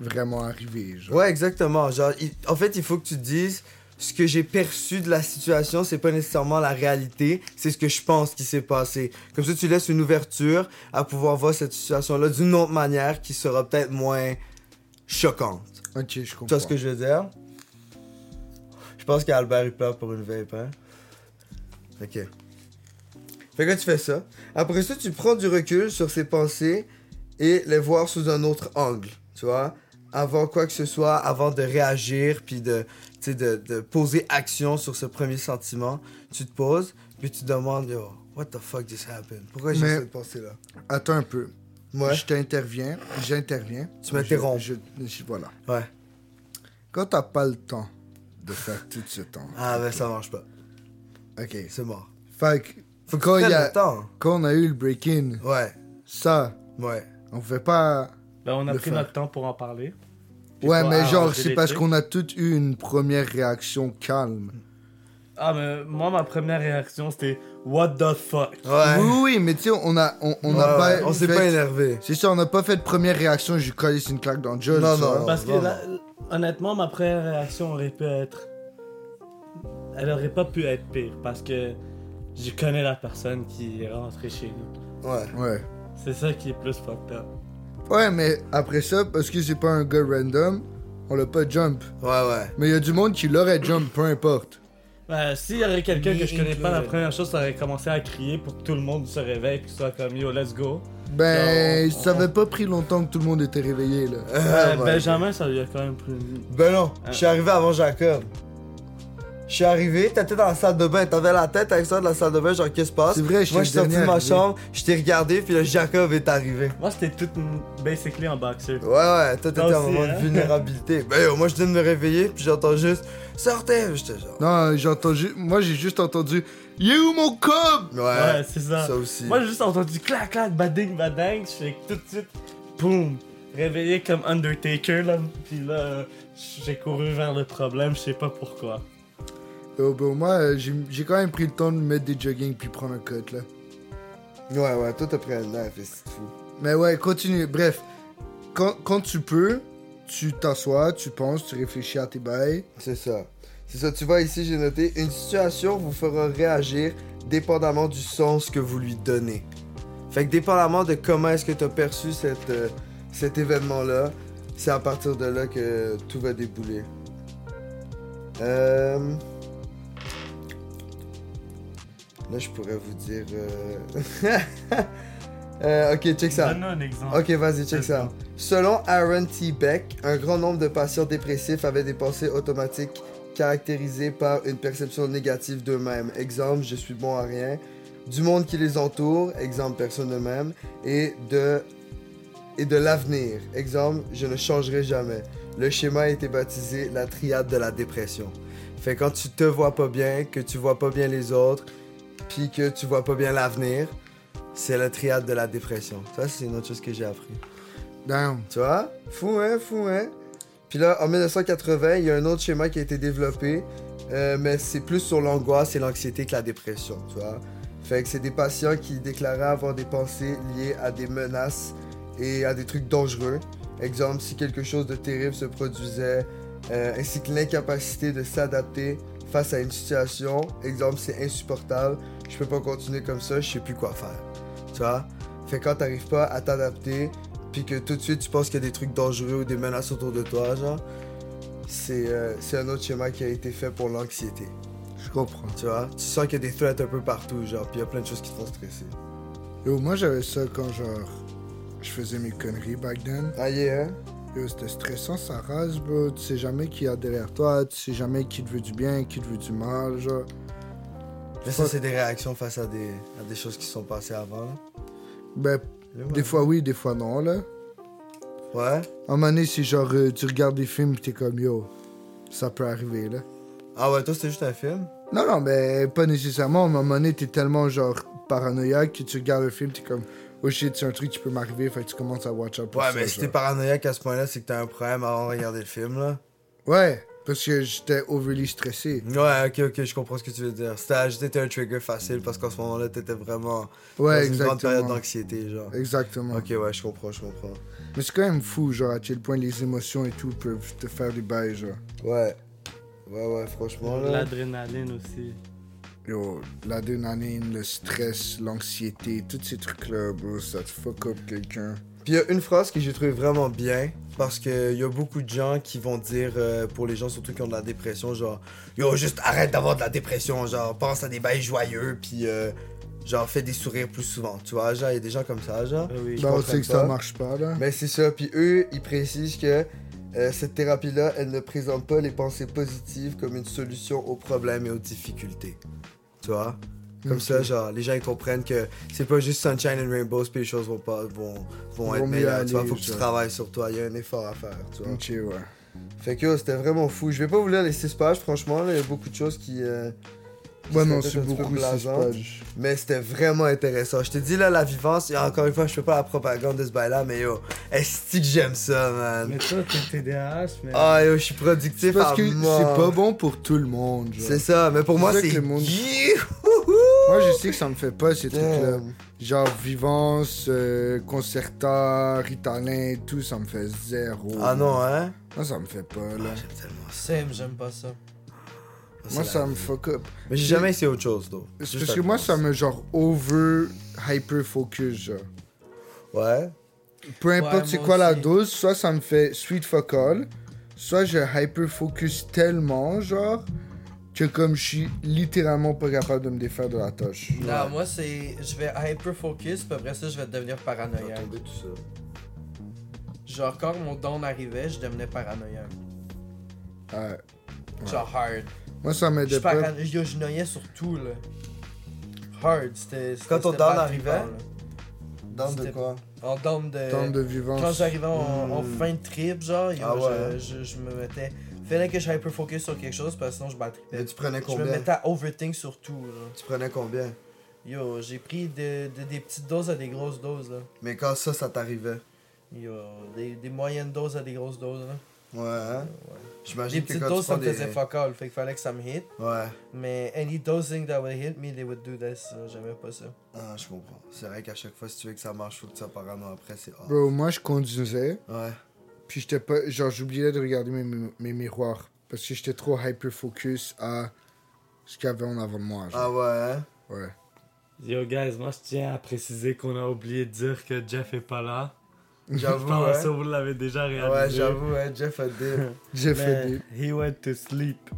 B: vraiment arrivé. Genre.
C: Ouais, exactement. Genre, il- en fait, il faut que tu te dises ce que j'ai perçu de la situation, c'est pas nécessairement la réalité, c'est ce que je pense qui s'est passé. Comme ça, tu laisses une ouverture à pouvoir voir cette situation-là d'une autre manière qui sera peut-être moins choquante.
B: Ok, je
C: Tu
B: comprends.
C: vois ce que je veux dire? Je pense qu'Albert il pleure pour une vape, hein? Ok. Fait que tu fais ça. Après ça, tu prends du recul sur ses pensées et les voir sous un autre angle, tu vois? Avant quoi que ce soit, avant de réagir, puis de, tu sais, de, de poser action sur ce premier sentiment, tu te poses, puis tu demandes, yo, what the fuck just happened? Pourquoi j'ai
B: Mais-
C: cette pensée-là?
B: Attends un peu.
C: Ouais.
B: Je t'interviens. J'interviens.
C: Tu m'interromps.
B: Je- je- je- Voilà.
C: Ouais.
B: Quand t'as pas le temps de faire tout ce temps.
C: Ah, ben ça marche pas.
B: Ok.
C: C'est mort.
B: Fait que
C: Faut que
B: Quand
C: tu
B: il y
C: prennes
B: a-
C: le temps.
B: quand on a eu le break-in,
C: Ouais,
B: ça,
C: ouais.
B: on fait pas.
F: Ben, on a
B: Le
F: pris
B: faire.
F: notre temps pour en parler. Puis
B: Ouais,
F: pour
B: mais genre,
F: arranger
B: c'est
F: les
B: parce
F: trucs.
B: qu'on a toutes eu une première réaction calme.
F: Ah, mais moi, ma première réaction, c'était What the fuck?
C: Ouais.
B: Oui, oui, mais tu sais, on a, on, on a
C: Ouais,
B: pas.
C: ouais, on s'est
B: fait-
C: pas énervé.
B: C'est ça, on n'a pas fait de première réaction, je collais une claque dans le jeu.
C: Non,
B: tu
C: non,
B: vois.
C: non.
F: Parce que là, honnêtement, ma première réaction aurait pu être. Elle aurait pas pu être pire parce que je connais la personne qui est rentrée chez nous.
C: Ouais.
B: Ouais.
F: C'est ça qui est plus fucked up.
B: Ouais, mais après ça, parce que c'est pas un gars random, on l'a pas jump.
C: Ouais, ouais.
B: Mais il y a du monde qui l'aurait jump, peu importe.
F: Ben, s'il y aurait quelqu'un que je connais pas, la
D: included.
F: première chose, ça aurait commencé à crier pour que tout le monde se réveille et qu'il soit comme yo, let's go.
B: Ben,
F: Non, on-
B: ça
F: on-
B: avait pas pris longtemps que tout le monde était réveillé, là.
F: Euh,
C: Ah, ouais.
F: Benjamin, ça lui a quand même pris.
C: Ben non,
F: Ah.
C: je suis arrivé avant Jacob. Je suis arrivé, t'étais dans la salle de bain, t'avais la tête à l'extérieur de la salle de bain, genre qu'est-ce qui se passe?
B: C'est vrai, je
C: Moi, je
B: suis
C: suis
B: le
C: sorti de ma
B: dernier
C: chambre, je t'ai regardé, puis là, Jacob est arrivé.
F: Moi, c'était tout mm, basically en boxer.
C: Ouais, ouais, toi, t'étais
F: Toi
C: en
F: aussi,
C: moment
F: hein?
C: de vulnérabilité. Ben yo, moi, je viens de me réveiller, puis j'entends juste Sortez! J'étais genre.
B: Non, j'ai entendu. Moi, j'ai juste entendu. Il est où mon cob
C: Ouais,
F: Ouais, c'est ça.
C: ça aussi.
F: Moi, j'ai juste entendu clac, clac, bading, bading. Je suis tout de suite, boum, réveillé comme Undertaker, là. Puis là, euh, j'ai couru vers le problème, je sais pas pourquoi.
B: Oh, ben, moi, euh, j'ai j'ai quand même pris le temps de mettre des jogging puis prendre un cut, là.
C: Ouais, ouais, toi, t'as pris un nerf, et c'est fou.
B: Mais ouais, continue. Bref, quand, quand tu peux, tu t'assois, tu penses, tu réfléchis à tes bails.
C: C'est ça. C'est ça, tu vois ici, j'ai noté une situation vous fera réagir dépendamment du sens que vous lui donnez. Fait que dépendamment de comment est-ce que tu as perçu cette, euh, cet événement-là, c'est à partir de là que tout va débouler. Euh, Là, je pourrais vous dire... euh, euh, ok, check ça.
F: Donne-nous un exemple.
C: Ok, vas-y, check ça. Selon Aaron T. Beck, un grand nombre de patients dépressifs avaient des pensées automatiques caractérisés par une perception négative d'eux-mêmes. Exemple, je suis bon à rien. Du monde qui les entoure, exemple, personne eux-mêmes. Et de, et de l'avenir, exemple, je ne changerai jamais. Le schéma a été baptisé la triade de la dépression. Fait quand tu te vois pas bien, que tu vois pas bien les autres, puis que tu vois pas bien l'avenir, c'est la triade de la dépression. Ça, c'est une autre chose que j'ai appris.
B: Damn.
C: Tu vois? Fou, hein? Fou, hein? Puis là, en 1980, il y a un autre schéma qui a été développé, euh, mais c'est plus sur l'angoisse et l'anxiété que la dépression, tu vois? Fait que c'est des patients qui déclaraient avoir des pensées liées à des menaces et à des trucs dangereux. Exemple, si quelque chose de terrible se produisait, euh, ainsi que l'incapacité de s'adapter face à une situation. Exemple, c'est insupportable, je peux pas continuer comme ça, je sais plus quoi faire. Tu vois? Fait que quand t'arrives pas à t'adapter, puis que tout de suite tu penses qu'il y a des trucs dangereux ou des menaces autour de toi, genre, c'est euh, c'est un autre schéma qui a été fait pour l'anxiété.
B: Je comprends.
C: Tu vois? Tu sens qu'il y a des threats un peu partout, genre, puis il y a plein de choses qui te font stresser.
B: Yo, moi j'avais ça quand genre. Je faisais mes conneries back then.
C: Ah yeah, hein?
B: Yo, c'était stressant, ça rase, bro. Tu sais jamais qui y a derrière toi, tu sais jamais qui te veut du bien, qui te veut du mal, genre.
C: Mais ça, c'est des réactions face à des, à des choses qui se sont passées avant. là.
B: Ben, des fois oui, des fois non, là.
C: Ouais?
B: À un moment donné, c'est genre, euh, tu regardes des films pis t'es comme, yo, ça peut arriver, là.
C: Ah ouais, toi, c'était juste un film?
B: Non, non, mais pas nécessairement. Mais à un moment donné, t'es tellement, genre, paranoïaque que tu regardes le film, t'es comme, oh shit, c'est un truc qui peut m'arriver, fait que tu commences à watch out pour
C: Ouais,
B: ça,
C: mais si t'es
B: genre.
C: paranoïaque à ce point-là, c'est que t'as un problème avant de regarder le film, là.
B: Ouais, parce que j'étais overly stressé.
C: Ouais, ok, ok, je comprends ce que tu veux dire. C'était ajouté un trigger facile parce qu'en ce moment-là, t'étais vraiment
B: Ouais,
C: dans une grande période
B: exactement.
C: d'anxiété, genre.
B: Exactement.
C: Ok, ouais, je comprends, je comprends.
B: Mais c'est quand même fou, genre, à quel point les émotions et tout peuvent te faire des bails, genre.
C: Ouais. Ouais, ouais, franchement, là.
F: L'adrénaline aussi.
B: Yo, l'adrénaline, le stress, l'anxiété, tous ces trucs-là, bro, ça te fuck up quelqu'un.
C: Puis il y a une phrase que j'ai trouvé vraiment bien parce qu'il y a beaucoup de gens qui vont dire, euh, pour les gens surtout qui ont de la dépression, genre, yo, juste arrête d'avoir de la dépression, genre, pense à des bails joyeux, puis euh, genre, fais des sourires plus souvent, tu vois, genre, il y a des gens comme ça, genre.
F: Ah oui.
C: Je
B: Bah, on
C: comprends
B: sait que ça
C: pas.
B: marche pas, là.
C: Mais c'est ça, puis eux, ils précisent que euh, cette thérapie-là, elle ne présente pas les pensées positives comme une solution aux problèmes et aux difficultés. Tu vois? Comme
B: Ok.
C: ça, genre, les gens ils comprennent que c'est pas juste sunshine and rainbows, puis les choses vont pas vont, vont
B: Vont
C: être
B: mieux
C: meilleures. Tu vois,
B: aller,
C: faut que tu
B: ça.
C: travailles sur toi, il y a un effort à faire, tu vois.
B: Ok, ouais.
C: Fait que yo, c'était vraiment fou. Je vais pas vous lire les six pages, franchement, là, il y a beaucoup de choses qui. euh, qui
B: Ouais,
C: sont
B: non,
C: peut-être
B: c'est
C: un petit peu
B: beaucoup, six
C: blasantes.
B: pages.
C: Mais c'était vraiment intéressant. Je te dis là, la vivance, et encore une fois, je fais pas la propagande de ce bail-là, mais yo, est-ce que j'aime ça, man?
F: Mais toi, t'es TDAH, mais.
C: Ah yo, je suis productif
B: Parce
C: à
B: que
C: mort.
B: c'est pas bon pour tout le monde, genre.
C: C'est ça, mais pour
B: C'est
C: moi,
B: ça
C: c'est.
B: que le monde-
C: Youhouhou!
B: Moi, je sais que ça me fait pas, ces trucs-là.
C: Damn.
B: Genre, Vivance, euh, Concerta, Ritalin, tout, ça me fait zéro.
C: Ah non, hein?
B: Moi, ça me fait pas, là.
C: Ah, J'aime tellement ça.
D: Same, j'aime pas ça.
C: C'est
B: Moi,
C: la-
B: ça me fuck up.
C: Mais j'ai jamais essayé autre chose, though.
B: C'est
C: Juste
B: parce
C: la
B: que moi,
C: vivance.
B: ça me, genre, over hyper focus, genre.
C: Ouais.
B: Peu importe
D: Ouais,
B: c'est
D: moi
B: quoi la
D: aussi.
B: dose, soit ça me fait sweet fuck all, soit je hyper focus tellement, genre, que comme je suis littéralement pas capable de me défaire de la tâche.
D: Non, moi c'est. Je vais hyper focus, puis après ça, je vais devenir paranoïaque.
C: tout ça.
D: Genre, quand mon don arrivait, je devenais paranoïaque.
B: Ouais.
D: Genre, hard.
B: Moi, ça
D: Je,
B: m'aidait pas.
D: parano... Yo, je noyais sur tout, là. Hard, c'était. c'était-
C: Quand ton
D: c'était
C: down
D: pas
C: arrivait?
D: vivant, là.
C: Dans de
D: C'était-
C: quoi?
D: En don de. Hmm.
B: Temps de vivance.
D: Quand j'arrivais en, en fin de trip, genre, yo,
C: Ah ouais.
D: je, je, je me mettais. Fallait que je hyper focus sur quelque chose, parce que sinon je battrais.
C: Mais tu prenais
D: Je me
C: combien?
D: mettais à overthink sur tout, là.
C: Tu prenais combien?
D: Yo, j'ai pris de, de- des petites doses à des grosses doses, là.
C: Mais quand ça, ça t'arrivait?
D: Yo, des, des moyennes doses à des grosses doses, là.
C: Ouais, hein?
D: Des
C: J'imagine que
D: petites
C: quand
D: doses,
C: tu
D: ça
C: prends
D: me
C: des...
D: faisait fuck all, fait qu'il fallait que ça me hit.
C: Ouais.
D: Mais any dosing that would hit me, they would do this. Euh, J'aimais pas ça.
C: Ah, je comprends. C'est vrai qu'à chaque fois, si tu veux que ça marche, faut que tu sois parano après, c'est hard.
B: Bro, moi, je conduisais.
C: Ouais.
B: Puis j'étais pas. Genre, j'oubliais de regarder mes, mi- mes miroirs. Parce que j'étais trop hyper focus à ce qu'il y avait en avant de moi. genre.
C: Ah ouais, hein?
B: Ouais.
F: Yo, guys, moi, je tiens à préciser qu'on a oublié de dire que Jeff est pas là. Je
C: J'avoue,
F: pense que
C: hein?
F: vous l'avez déjà
C: Ouais,
F: réalisé.
C: j'avoue, hein? Jeff a dit.
B: J'ai fait
F: Mais
B: des.
F: he went to sleep.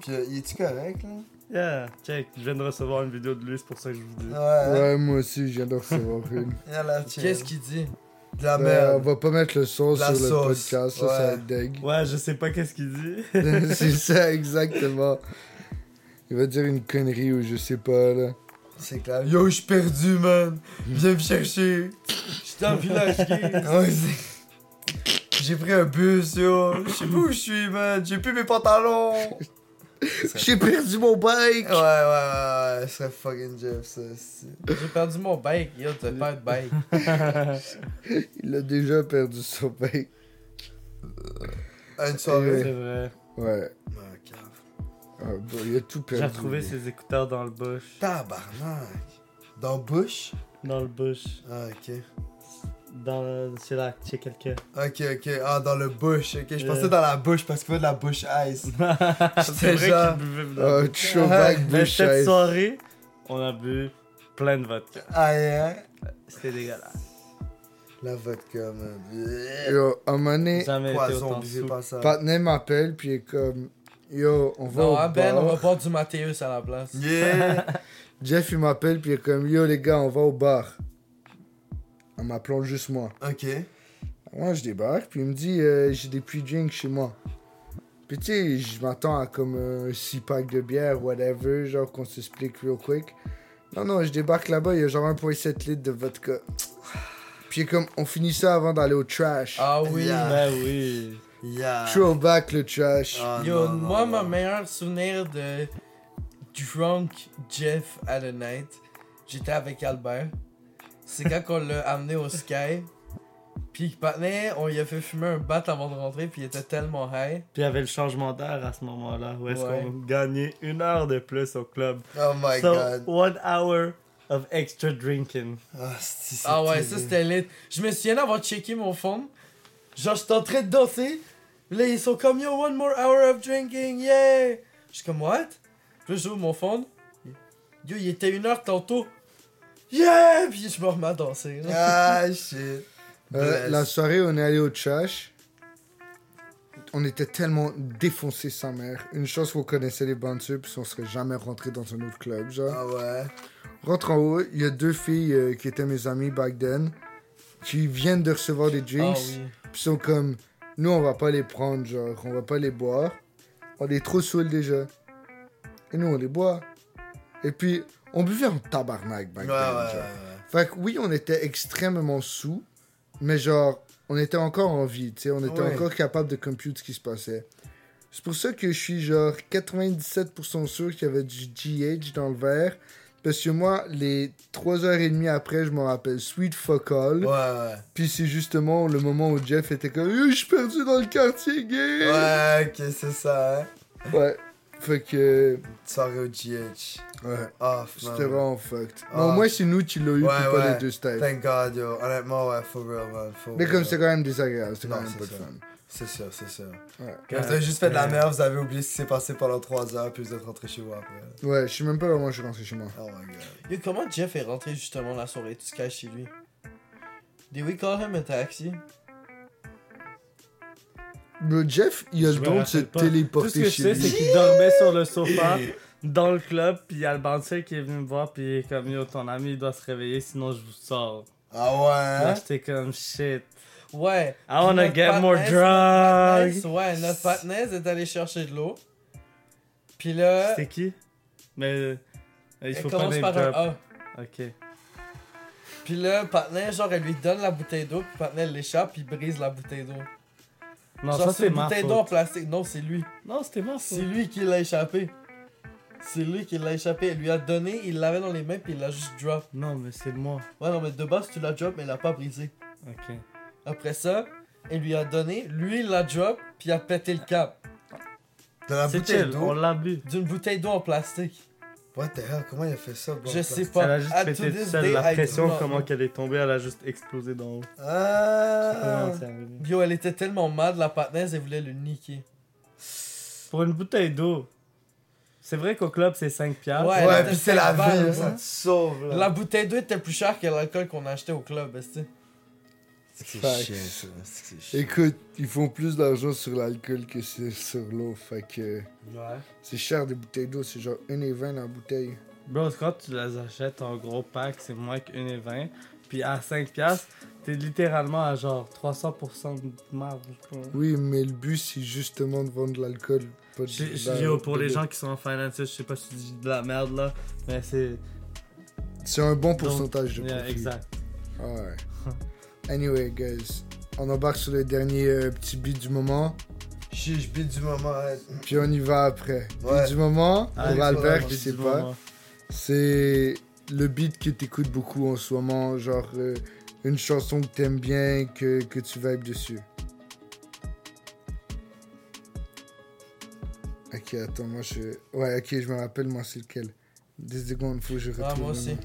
C: Puis, euh, il est-tu correct, là?
F: Yeah, check, je viens de recevoir une
C: Ah.
F: vidéo de lui, c'est pour ça que je vous dis.
C: Ouais.
B: Ouais, moi aussi, j'adore recevoir une.
C: Il a l'air chill.
D: Qu'est-ce qu'il dit
C: De
B: Euh, on
C: la Ah, merde.
B: va pas mettre le son
C: La
B: sur le
C: sauce,
B: podcast, ça,
C: ouais.
B: ça va être deg.
F: Ouais, je sais pas qu'est-ce qu'il dit.
B: c'est ça, exactement. Il va dire une connerie ou je sais pas, là.
C: C'est clair. Yo, je suis perdu, man. Viens me chercher.
F: J'étais en village gay.
C: Ouais, c'est- J'ai pris un bus, yo. Je sais pas où je suis, man. J'ai plus mes pantalons. Ouais,
B: J'ai perdu mon bike!
C: ouais, ouais, ouais. Ce serait fucking Jeff, ça. c'est-
D: J'ai perdu mon bike, yo, t'as pas de bike.
B: Il a déjà perdu son bike.
C: À Une soirée.
F: C'est vrai.
B: Ouais.
C: Ah, cave.
B: Ah, bon, il a tout perdu.
F: J'ai retrouvé ses écouteurs dans le bush.
C: Tabarnak. Dans Bush?
F: Dans le bush.
C: Ah, ok.
F: Dans le... C'est là que tu quelqu'un.
C: Ok, ok. Ah, dans le bush. Ok, je
F: Euh.
C: pensais dans la bouche parce qu'il faut de la bouche ice.
F: C'est vrai
C: genre- euh,
F: qu'il buvait dans
B: Oh,
F: le bush.
B: Chauvac,
F: Ah, Mais
B: bouche
F: cette soirée, on a bu plein de vodka.
C: Aïe, hein?
F: C'était dégueulasse.
C: La vodka, man.
B: Yo, à un moment donné,
D: Ah,
F: Jamais été
C: Poison,
F: autant
C: brisé
F: sous.
C: par ça.
B: Patnay m'appelle, puis il est comme... Yo, on va
D: Non,
B: au
D: à Ben,
B: bar.
D: on va boire du Mathéus à la place.
C: Yeah!
B: Jeff, il m'appelle, puis il est comme... Yo, les gars, on va au bar. En m'appelant juste moi.
C: ok.
B: Moi, je débarque, puis il me dit, euh, j'ai des puits de drink chez moi. Puis tu sais, je m'attends à comme un six pack de bière, whatever, genre qu'on s'explique real quick. Non, non, je débarque là-bas, il y a genre 1,7 litres de vodka. Puis il est comme, on finit ça avant d'aller au trash.
D: Ah oui.
C: Yeah.
F: Ben oui.
C: Yeah!
B: Throwback le trash.
C: Ah,
D: Yo,
C: non, non,
D: moi,
C: non.
D: mon meilleur souvenir de Drunk Jeff at the Night, j'étais avec Albert. C'est quand on l'a amené au Sky. Puis le partenaire, on lui a fait fumer un bat avant de rentrer, puis il était tellement high.
F: Puis il y avait le changement d'heure à ce moment-là, où est-ce
D: Ouais.
F: qu'on gagnait une heure de plus au club.
C: Oh my
F: so,
C: god.
F: one hour of extra drinking.
C: Ah, c'est- c'est
D: Ah ouais, ça
C: terrible.
D: c'était lit. Je me souviens d'avoir checké mon phone. Genre, j'étais en train de danser. Là, ils sont comme Yo, one more hour of drinking, yeah! Je suis comme, what? Puis là, j'ouvre mon phone. Yo, il était une heure tantôt. Yeah! Puis je me remets à danser. là.
C: Ah, shit.
B: Euh,
C: Bless.
B: la soirée, on est allé au trash. On était tellement défoncés sa mère. Une chose qu'on connaissait les bouncers, puis on serait jamais rentré dans un autre club, genre.
C: Ah ouais.
B: rentre en haut, il y a deux filles euh, qui étaient mes amies back then, qui viennent de recevoir des
D: Ah
B: drinks,
D: oui.
B: puis sont comme, nous on va pas les prendre, genre, on va pas les boire, on est trop saouls déjà. Et nous on les boit. Et puis, on buvait en tabarnak
C: Ouais,
B: back
C: ouais,
B: then,
C: ouais.
B: genre.
C: ouais.
B: Fait que oui, on était extrêmement sous, mais genre, on était encore en vie, tu sais, on était
C: Ouais.
B: encore capable de compute ce qui se passait. C'est pour ça que je suis genre 97% sûr qu'il y avait du GH dans le verre, parce que moi, les 3h30 après, je me rappelle Sweet Fuck All,
C: Ouais, ouais.
B: puis c'est justement le moment où Jeff était comme Euh, Je suis perdu dans le quartier gay
C: Ouais, ok, c'est ça, hein.
B: ouais. !» Fait que...
C: Soirée au GH.
B: Ouais,
C: Off, man.
B: c'était vraiment fucked.
C: Ah.
B: Mais au moins, c'est nous qui l'avons eu,
C: Ouais,
B: puis pas
C: ouais.
B: les deux styles.
C: Thank God, yo. Honnêtement, ouais, for real, man. For
B: Mais comme
C: real.
B: c'est quand même désagréable, c'est quand
C: Non,
B: même
C: c'est
B: pas de
C: ça.
B: fun.
C: C'est sûr, c'est sûr.
B: Ouais.
C: Quand vous avez juste fait de la merde, vous avez oublié ce qui s'est passé pendant 3 heures, puis vous êtes rentré chez vous après.
B: Ouais, je sais même pas comment je suis rentré chez moi.
C: Oh my god.
D: Yo, comment Jeff est rentré justement la soirée tout se cache chez lui? Did we call him a taxi?
B: Le Jeff, il a
F: Je
B: le
F: me
B: don de se
F: rappelle pas. Tout ce
B: téléporter
F: que je
B: chez
F: sais, c'est
B: lui.
F: qu'il dormait sur le sofa dans le club, puis il y a le bouncer qui est venu me voir, puis il est comme yo, ton ami il doit se réveiller, sinon je vous sors.
C: Ah
F: Là,
C: ouais?
F: j'étais comme shit.
D: Ouais.
F: I wanna
D: Hein? Notre
F: get more
D: partner-
F: drunk.
D: Ouais, notre partner est allé chercher de l'eau. Puis là,
F: C'était qui Mais euh, il
D: elle
F: faut pas
D: commence
F: name
D: par un
F: drop.
D: A.
F: Ok.
D: Puis là, partner, genre, elle lui donne la bouteille d'eau, puis partner l'échappe, puis il brise la bouteille d'eau.
F: Non,
D: Genre,
F: ça
D: c'est
F: c'est
D: une
F: ma
D: bouteille d'eau en
F: faute.
D: plastique. Non, c'est lui.
F: Non, c'était ma
D: C'est
F: faute.
D: lui qui l'a échappé. C'est lui qui l'a échappé. Elle lui a donné, il l'avait dans les mains, puis il l'a juste drop.
F: Non, mais c'est moi.
D: Ouais, non, mais de base, tu l'as drop, mais il l'a pas brisé.
F: Ok.
D: Après ça, elle lui a donné, lui il l'a drop, puis il a pété le cap.
C: Dans la
F: C'est
C: bouteille
F: chill, on
C: d'eau?
F: l'a bu.
D: D'une bouteille d'eau en plastique.
C: What the hell? Comment il a fait ça, bro?
D: je sais pas.
F: Elle a juste
D: À
F: pété
D: to
F: toute
D: this
F: seule.
D: day,
F: La
D: I do
F: pression,
D: not
F: comment
D: know.
F: qu'elle est tombée, elle a juste explosé d'en haut.
C: Ah!
F: Comment c'est arrivé
D: Yo, elle était tellement mad, la patnaise, elle voulait le niquer.
F: Pour une bouteille d'eau, c'est vrai qu'au club c'est 5 piastres.
D: Ouais,
C: Ouais,
D: Elle
C: puis
D: était
C: c'est la
D: balle,
C: vie, hein.
D: ouais.
C: ça te sauve, là.
D: La bouteille d'eau était plus chère que l'alcool qu'on achetait au club, est-ce que
C: C'est que c'est
B: Facts.
C: chiant, ça. C'est que c'est chiant.
B: Écoute, ils font plus d'argent sur l'alcool que c'est sur l'eau. Fait que
D: Ouais.
B: c'est cher des bouteilles d'eau, c'est genre 1,20 la bouteille.
F: Bro, quand tu les achètes en gros pack, c'est moins que 1,20. Puis à 5 piastres, T'es littéralement à genre 300% de marge.
B: Oui, mais le but, c'est justement de vendre de l'alcool. pas de-
F: Je- je-
B: bah,
F: Yo, pour
B: de-
F: les gens qui sont en finance, je sais pas si tu dis de la merde là, mais c'est.
B: C'est un bon pourcentage de
F: Yeah,
B: profit. Ah
F: exact.
B: Ouais. Anyway, guys, on embarque sur le dernier euh, petit beat du moment,
C: Je je bite du moment. ouais.
B: puis on y va après.
C: Ouais.
B: Beat du moment, pour
F: Allez,
B: Albert,
C: ouais,
B: qui
F: Dis
B: sait
F: du
B: pas,
F: moment.
B: c'est le beat que t'écoutes beaucoup en ce moment, genre euh, une chanson que t'aimes bien, que, que tu vibes dessus. Ok, attends, moi je. Ouais, ok, je me rappelle, moi c'est lequel. 10 secondes, faut que je retrouve.
D: Ah, moi
B: le
D: aussi.
B: nom.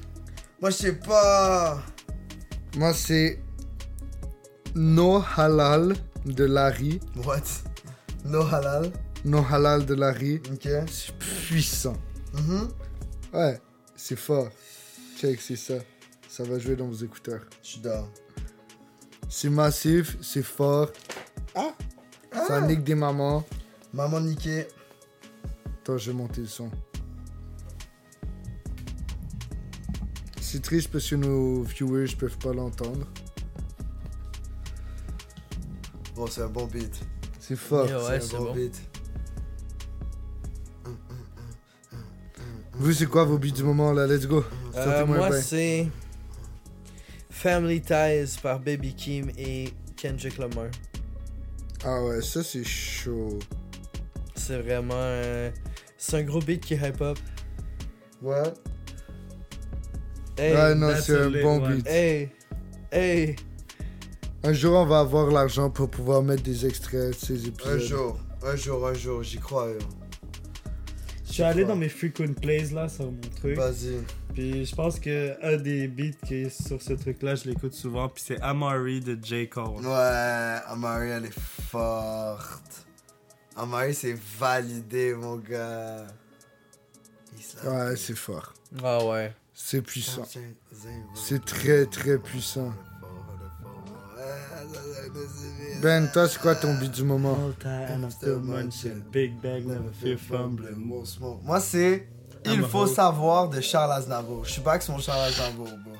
C: Moi, je sais pas.
B: Moi c'est. No Halal de Larry.
C: What? No halal.
B: Non halal de Larry,
C: Ok.
B: c'est puissant.
C: Mhm.
B: Ouais, c'est fort. Check, c'est ça. Ça va jouer dans vos écouteurs.
C: Je suis down.
B: C'est massif, c'est fort. Ah Ça nique des mamans.
C: Maman niquée.
B: Attends, je vais monter le son. C'est triste parce que nos viewers peuvent pas l'entendre.
C: Bon, c'est un bon beat.
B: C'est fort.
D: Yeah, ouais, c'est bon.
C: beat.
B: Vous, c'est quoi vos beats du moment là Let's go.
D: Euh,
B: Sortez-moi un
D: moi,
B: bail.
D: c'est Family Ties par Baby Kim et Kendrick Lamar.
B: Ah ouais, ça c'est chaud.
D: C'est vraiment. euh, c'est un gros beat qui est hip-hop.
C: What?
D: Hey,
B: ouais, Ah non,
F: that's
B: c'est
F: a
B: un
F: lit
B: bon
F: one.
B: beat.
D: hey, hey.
B: Un jour, on va avoir l'argent pour pouvoir mettre des extraits de ces épisodes.
C: Un jour. Un jour, un jour, j'y crois. yo.
F: Je suis allé dans mes frequent plays là sur mon truc.
B: Bah.
C: Vas-y.
F: Puis je pense que un des beats qui est sur ce truc là, je l'écoute souvent. Puis c'est Amari de J. Cole.
C: Ouais, Amari, elle est forte. Amari, c'est validé, mon gars. Il se la-
B: Ouais, c'est fort.
D: Ah ouais.
B: C'est puissant.
C: Zin, zin,
B: C'est très, très puissant.
C: le fort, le fort. Ouais, ça, ça, c'est bien.
B: Ben, toi, c'est quoi ton beat du moment
F: All time, I'm still munching. Big bag, never feel fumble.
C: Mon smoke. Moi, c'est Il faut savoir de Charles Aznavour. Je suis back sur mon Charles Aznavour, bro.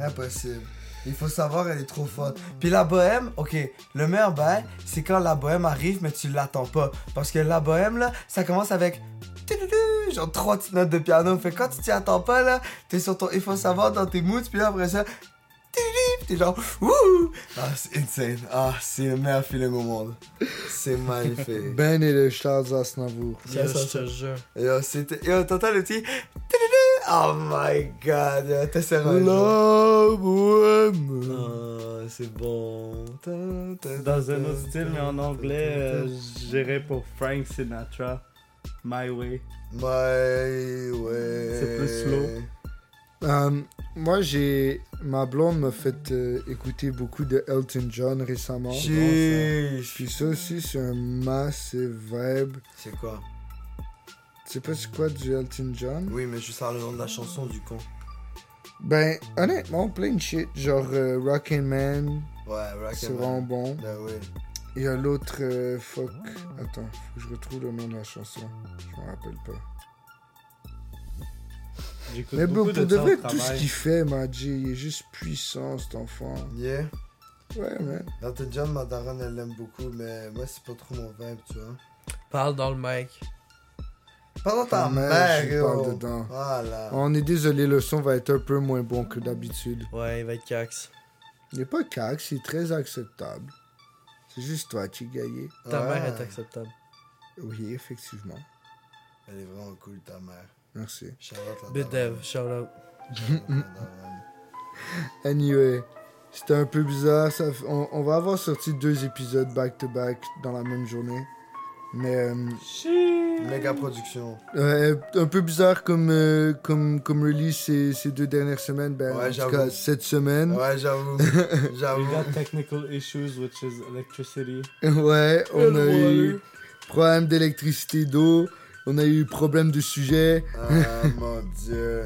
C: Impossible. Il faut savoir, elle est trop forte. Puis la bohème, ok, le meilleur bail, c'est quand la bohème arrive, mais tu l'attends pas. Parce que la bohème, là, ça commence avec. tududu, Genre trois petites notes de piano. Fait que quand tu t'y attends pas, là, t'es sur ton. Il faut savoir dans tes moods, puis là, après ça. tududu, puis T'es genre, wouh! Ah, c'est insane. Ah, c'est le meilleur feeling au monde. C'est magnifique.
B: Ben et le Charles Aznavour.
D: Yo,
C: ça,
D: je
C: ça.
D: te jure.
C: Yo, euh, c'était. Yo, t'entends le petit. Oh my god, euh, yo, t'es sérieux. là?
B: La bohème.
C: Oh, c'est bon.
F: Dans un autre style, mais en anglais, euh, j'irais pour Frank Sinatra. My Way.
C: My way.
F: euh, C'est plus slow.
B: Euh, moi, j'ai. Ma blonde m'a fait euh, écouter beaucoup de Elton John récemment.
C: Chiche.
F: hein.
B: Puis ça aussi, c'est un massive vibe.
C: C'est quoi
B: Tu sais pas c'est quoi du Elton John?
C: Oui, mais je sors le nom de la chanson du con.
B: Ben, honnêtement, plein de shit. Genre euh, Rockin' Man,
C: Ouais, Rock
B: c'est vraiment bon.
C: Ben oui.
B: Il y a l'autre. euh, fuck. Attends, faut que je retrouve le nom de la chanson. Je m'en rappelle pas.
F: J'écoute
B: Mais bon,
F: beaucoup
B: pour
F: de
B: de
F: ça au
B: vrai, tout ce
F: travail.
B: qu'il fait, Maji, il est juste puissant, cet enfant.
C: Yeah.
B: Ouais, man.
C: Elton John, ma daronne, elle l'aime beaucoup, mais moi, c'est pas trop mon vibe, tu vois.
D: Parle dans le mic.
C: Pendant ta
B: Ta mère,
C: mère,
B: je
C: yo.
B: parle dedans.
C: Voilà.
B: On est désolé, le son va être un peu moins bon que d'habitude.
D: Ouais, il va être cax.
B: Il n'est pas cax, c'est très acceptable. C'est juste toi, Chigaye.
D: Ta
C: Ouais.
D: mère est acceptable.
B: Oui, effectivement.
C: Elle est vraiment cool, ta mère.
B: Merci.
C: Charlotte, la
D: Big
C: daronne.
D: Dev, shout out.
C: Charlotte, la daronne.
B: Anyway, c'était un peu bizarre. ça f- on, on va avoir sorti deux épisodes back-to-back dans la même journée. Mais euh,
C: Méga production.
B: ouais, un peu bizarre comme, euh, comme, comme release ces, ces deux dernières semaines. Ben,
C: Ouais,
B: en tout
C: j'avoue.
B: cas, cette semaine.
C: Ouais, j'avoue.
F: We
C: J'avoue.
B: hein.
F: got technical issues, which is electricity.
B: Ouais, on a
D: voilà.
B: eu problème d'électricité, d'eau, on a eu problème de sujet,
C: Ah mon dieu.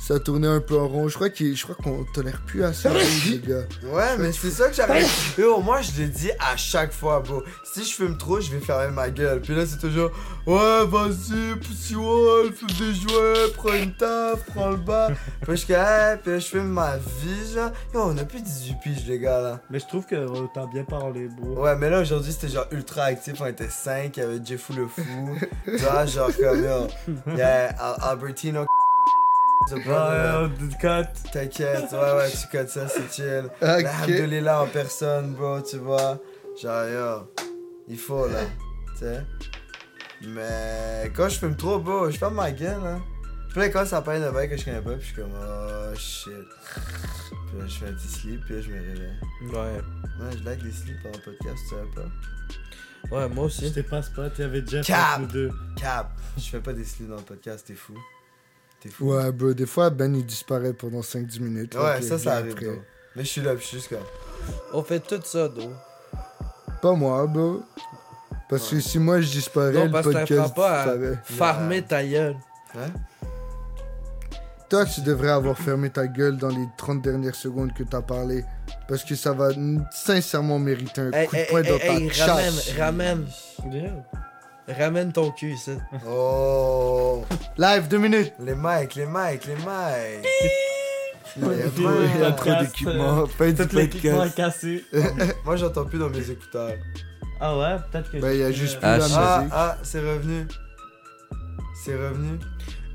B: ça tournait un peu en rond. Je crois qu'il- je crois qu'on tolère plus assez, les gars.
C: Ouais, mais c'est ça que j'avais. Et au moins, je le dis à chaque fois, bro. Si je fume trop, je vais fermer ma gueule. Puis là, c'est toujours Ouais, vas-y, poussez-moi, fume des jouets, prends une taf, prends le bas. puis je suis comme, Hey, puis là, je fume ma vie, genre. Yo, on a plus 18 piges, les gars, là.
F: Mais je trouve que euh, t'as bien parlé, bro.
C: Ouais, mais là, aujourd'hui, c'était genre ultra actif. On était 5, il y avait Jeffou le fou. tu vois, genre comme, yo. Il y a Al- Albertino.
F: Ah, euh, du cut.
C: T'inquiète, ouais, ouais, tu codes ça, c'est chill.
B: Ok.
C: La en personne, bro, tu vois. Genre, yo, il faut, là, tu sais. Mais quand je fume trop, bro, je ferme ma gueule, hein. Puis là, quand ça parle de bail que je connais pas, puis je suis comme, oh shit. Puis là, je fais un petit sleep, puis là, je me réveille.
D: Ouais.
C: Ouais, je lag des sleeps en podcast, tu sais pas.
D: Ouais, moi aussi.
F: J'étais pas à ce spot, il y avait Jeff
C: Cap.
F: entre nous deux.
C: Cap! Je fais pas des sleeps dans le podcast, t'es fou. T'es fou.
B: Ouais, bro, des fois, Ben, il disparaît pendant 5-10 minutes. là,
C: Ouais,
B: puis
C: ça,
B: il
C: ça
B: revient
C: arrive,
B: après.
C: bro. Mais je suis là, puis je suis juste comme.
D: On fait tout ça, d'eau.
B: Pas moi, bro. Parce que si moi, je disparais,
D: Non,
B: le
D: parce que
B: podcast
D: t'apprends pas hein. à
B: disparaît.
D: farmer ta gueule.
C: Hein?
B: Toi, tu devrais avoir fermé ta gueule dans les 30 dernières secondes que t'as parlé. Parce que ça va n- sincèrement mériter un
D: Hey,
B: coup de
D: hey,
B: poing
D: hey,
B: dans ta
D: hey, eh, ramène,
B: chasse.
D: ramène, ramène ton cul ici.
C: Oh!
B: Live, deux minutes.
C: Les mics, les mics, les mics.
F: Bip.
C: Les
F: Il y a
C: mics.
F: trop
D: euh,
F: d'équipement.
B: Fin
F: Tout l'équipement est cassé.
C: Moi, j'entends plus dans mes écouteurs.
F: Ah ouais, peut-être que.
B: Ben, il y a juste plus
D: Ah,
B: la
D: shit.
C: Ah,
B: musique.
C: ah, c'est revenu. C'est revenu.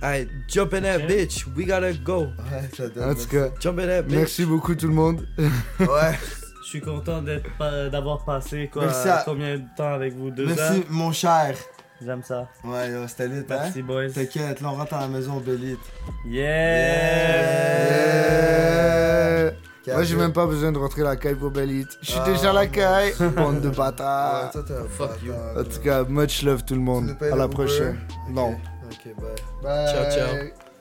D: Hey, jump in that
F: Ok.
D: bitch, we gotta go.
C: Ouais, ça
B: En
C: donne.
B: tout cas,
D: Jump in that bitch.
B: merci beaucoup tout le monde.
C: Ouais.
F: euh, Je suis content d'être pas- d'avoir passé quoi,
C: Merci à-
F: combien de temps avec vous deux ans
C: Merci, mon cher.
F: J'aime ça.
C: Ouais, yo, c'était lit, hein?
F: Merci, boys.
C: T'inquiète, là, on rentre à la maison, Bélit.
F: Yeah!
B: Euh, Moi, j'ai même pas besoin de rentrer la caille pour Belite. Je suis déjà à la caille. Bande de
C: Ah,
B: bâtards.
D: Fuck you.
B: En tout cas, much love tout le monde. À la prochaine. Non.
C: Ok, bye.
D: Ciao, ciao.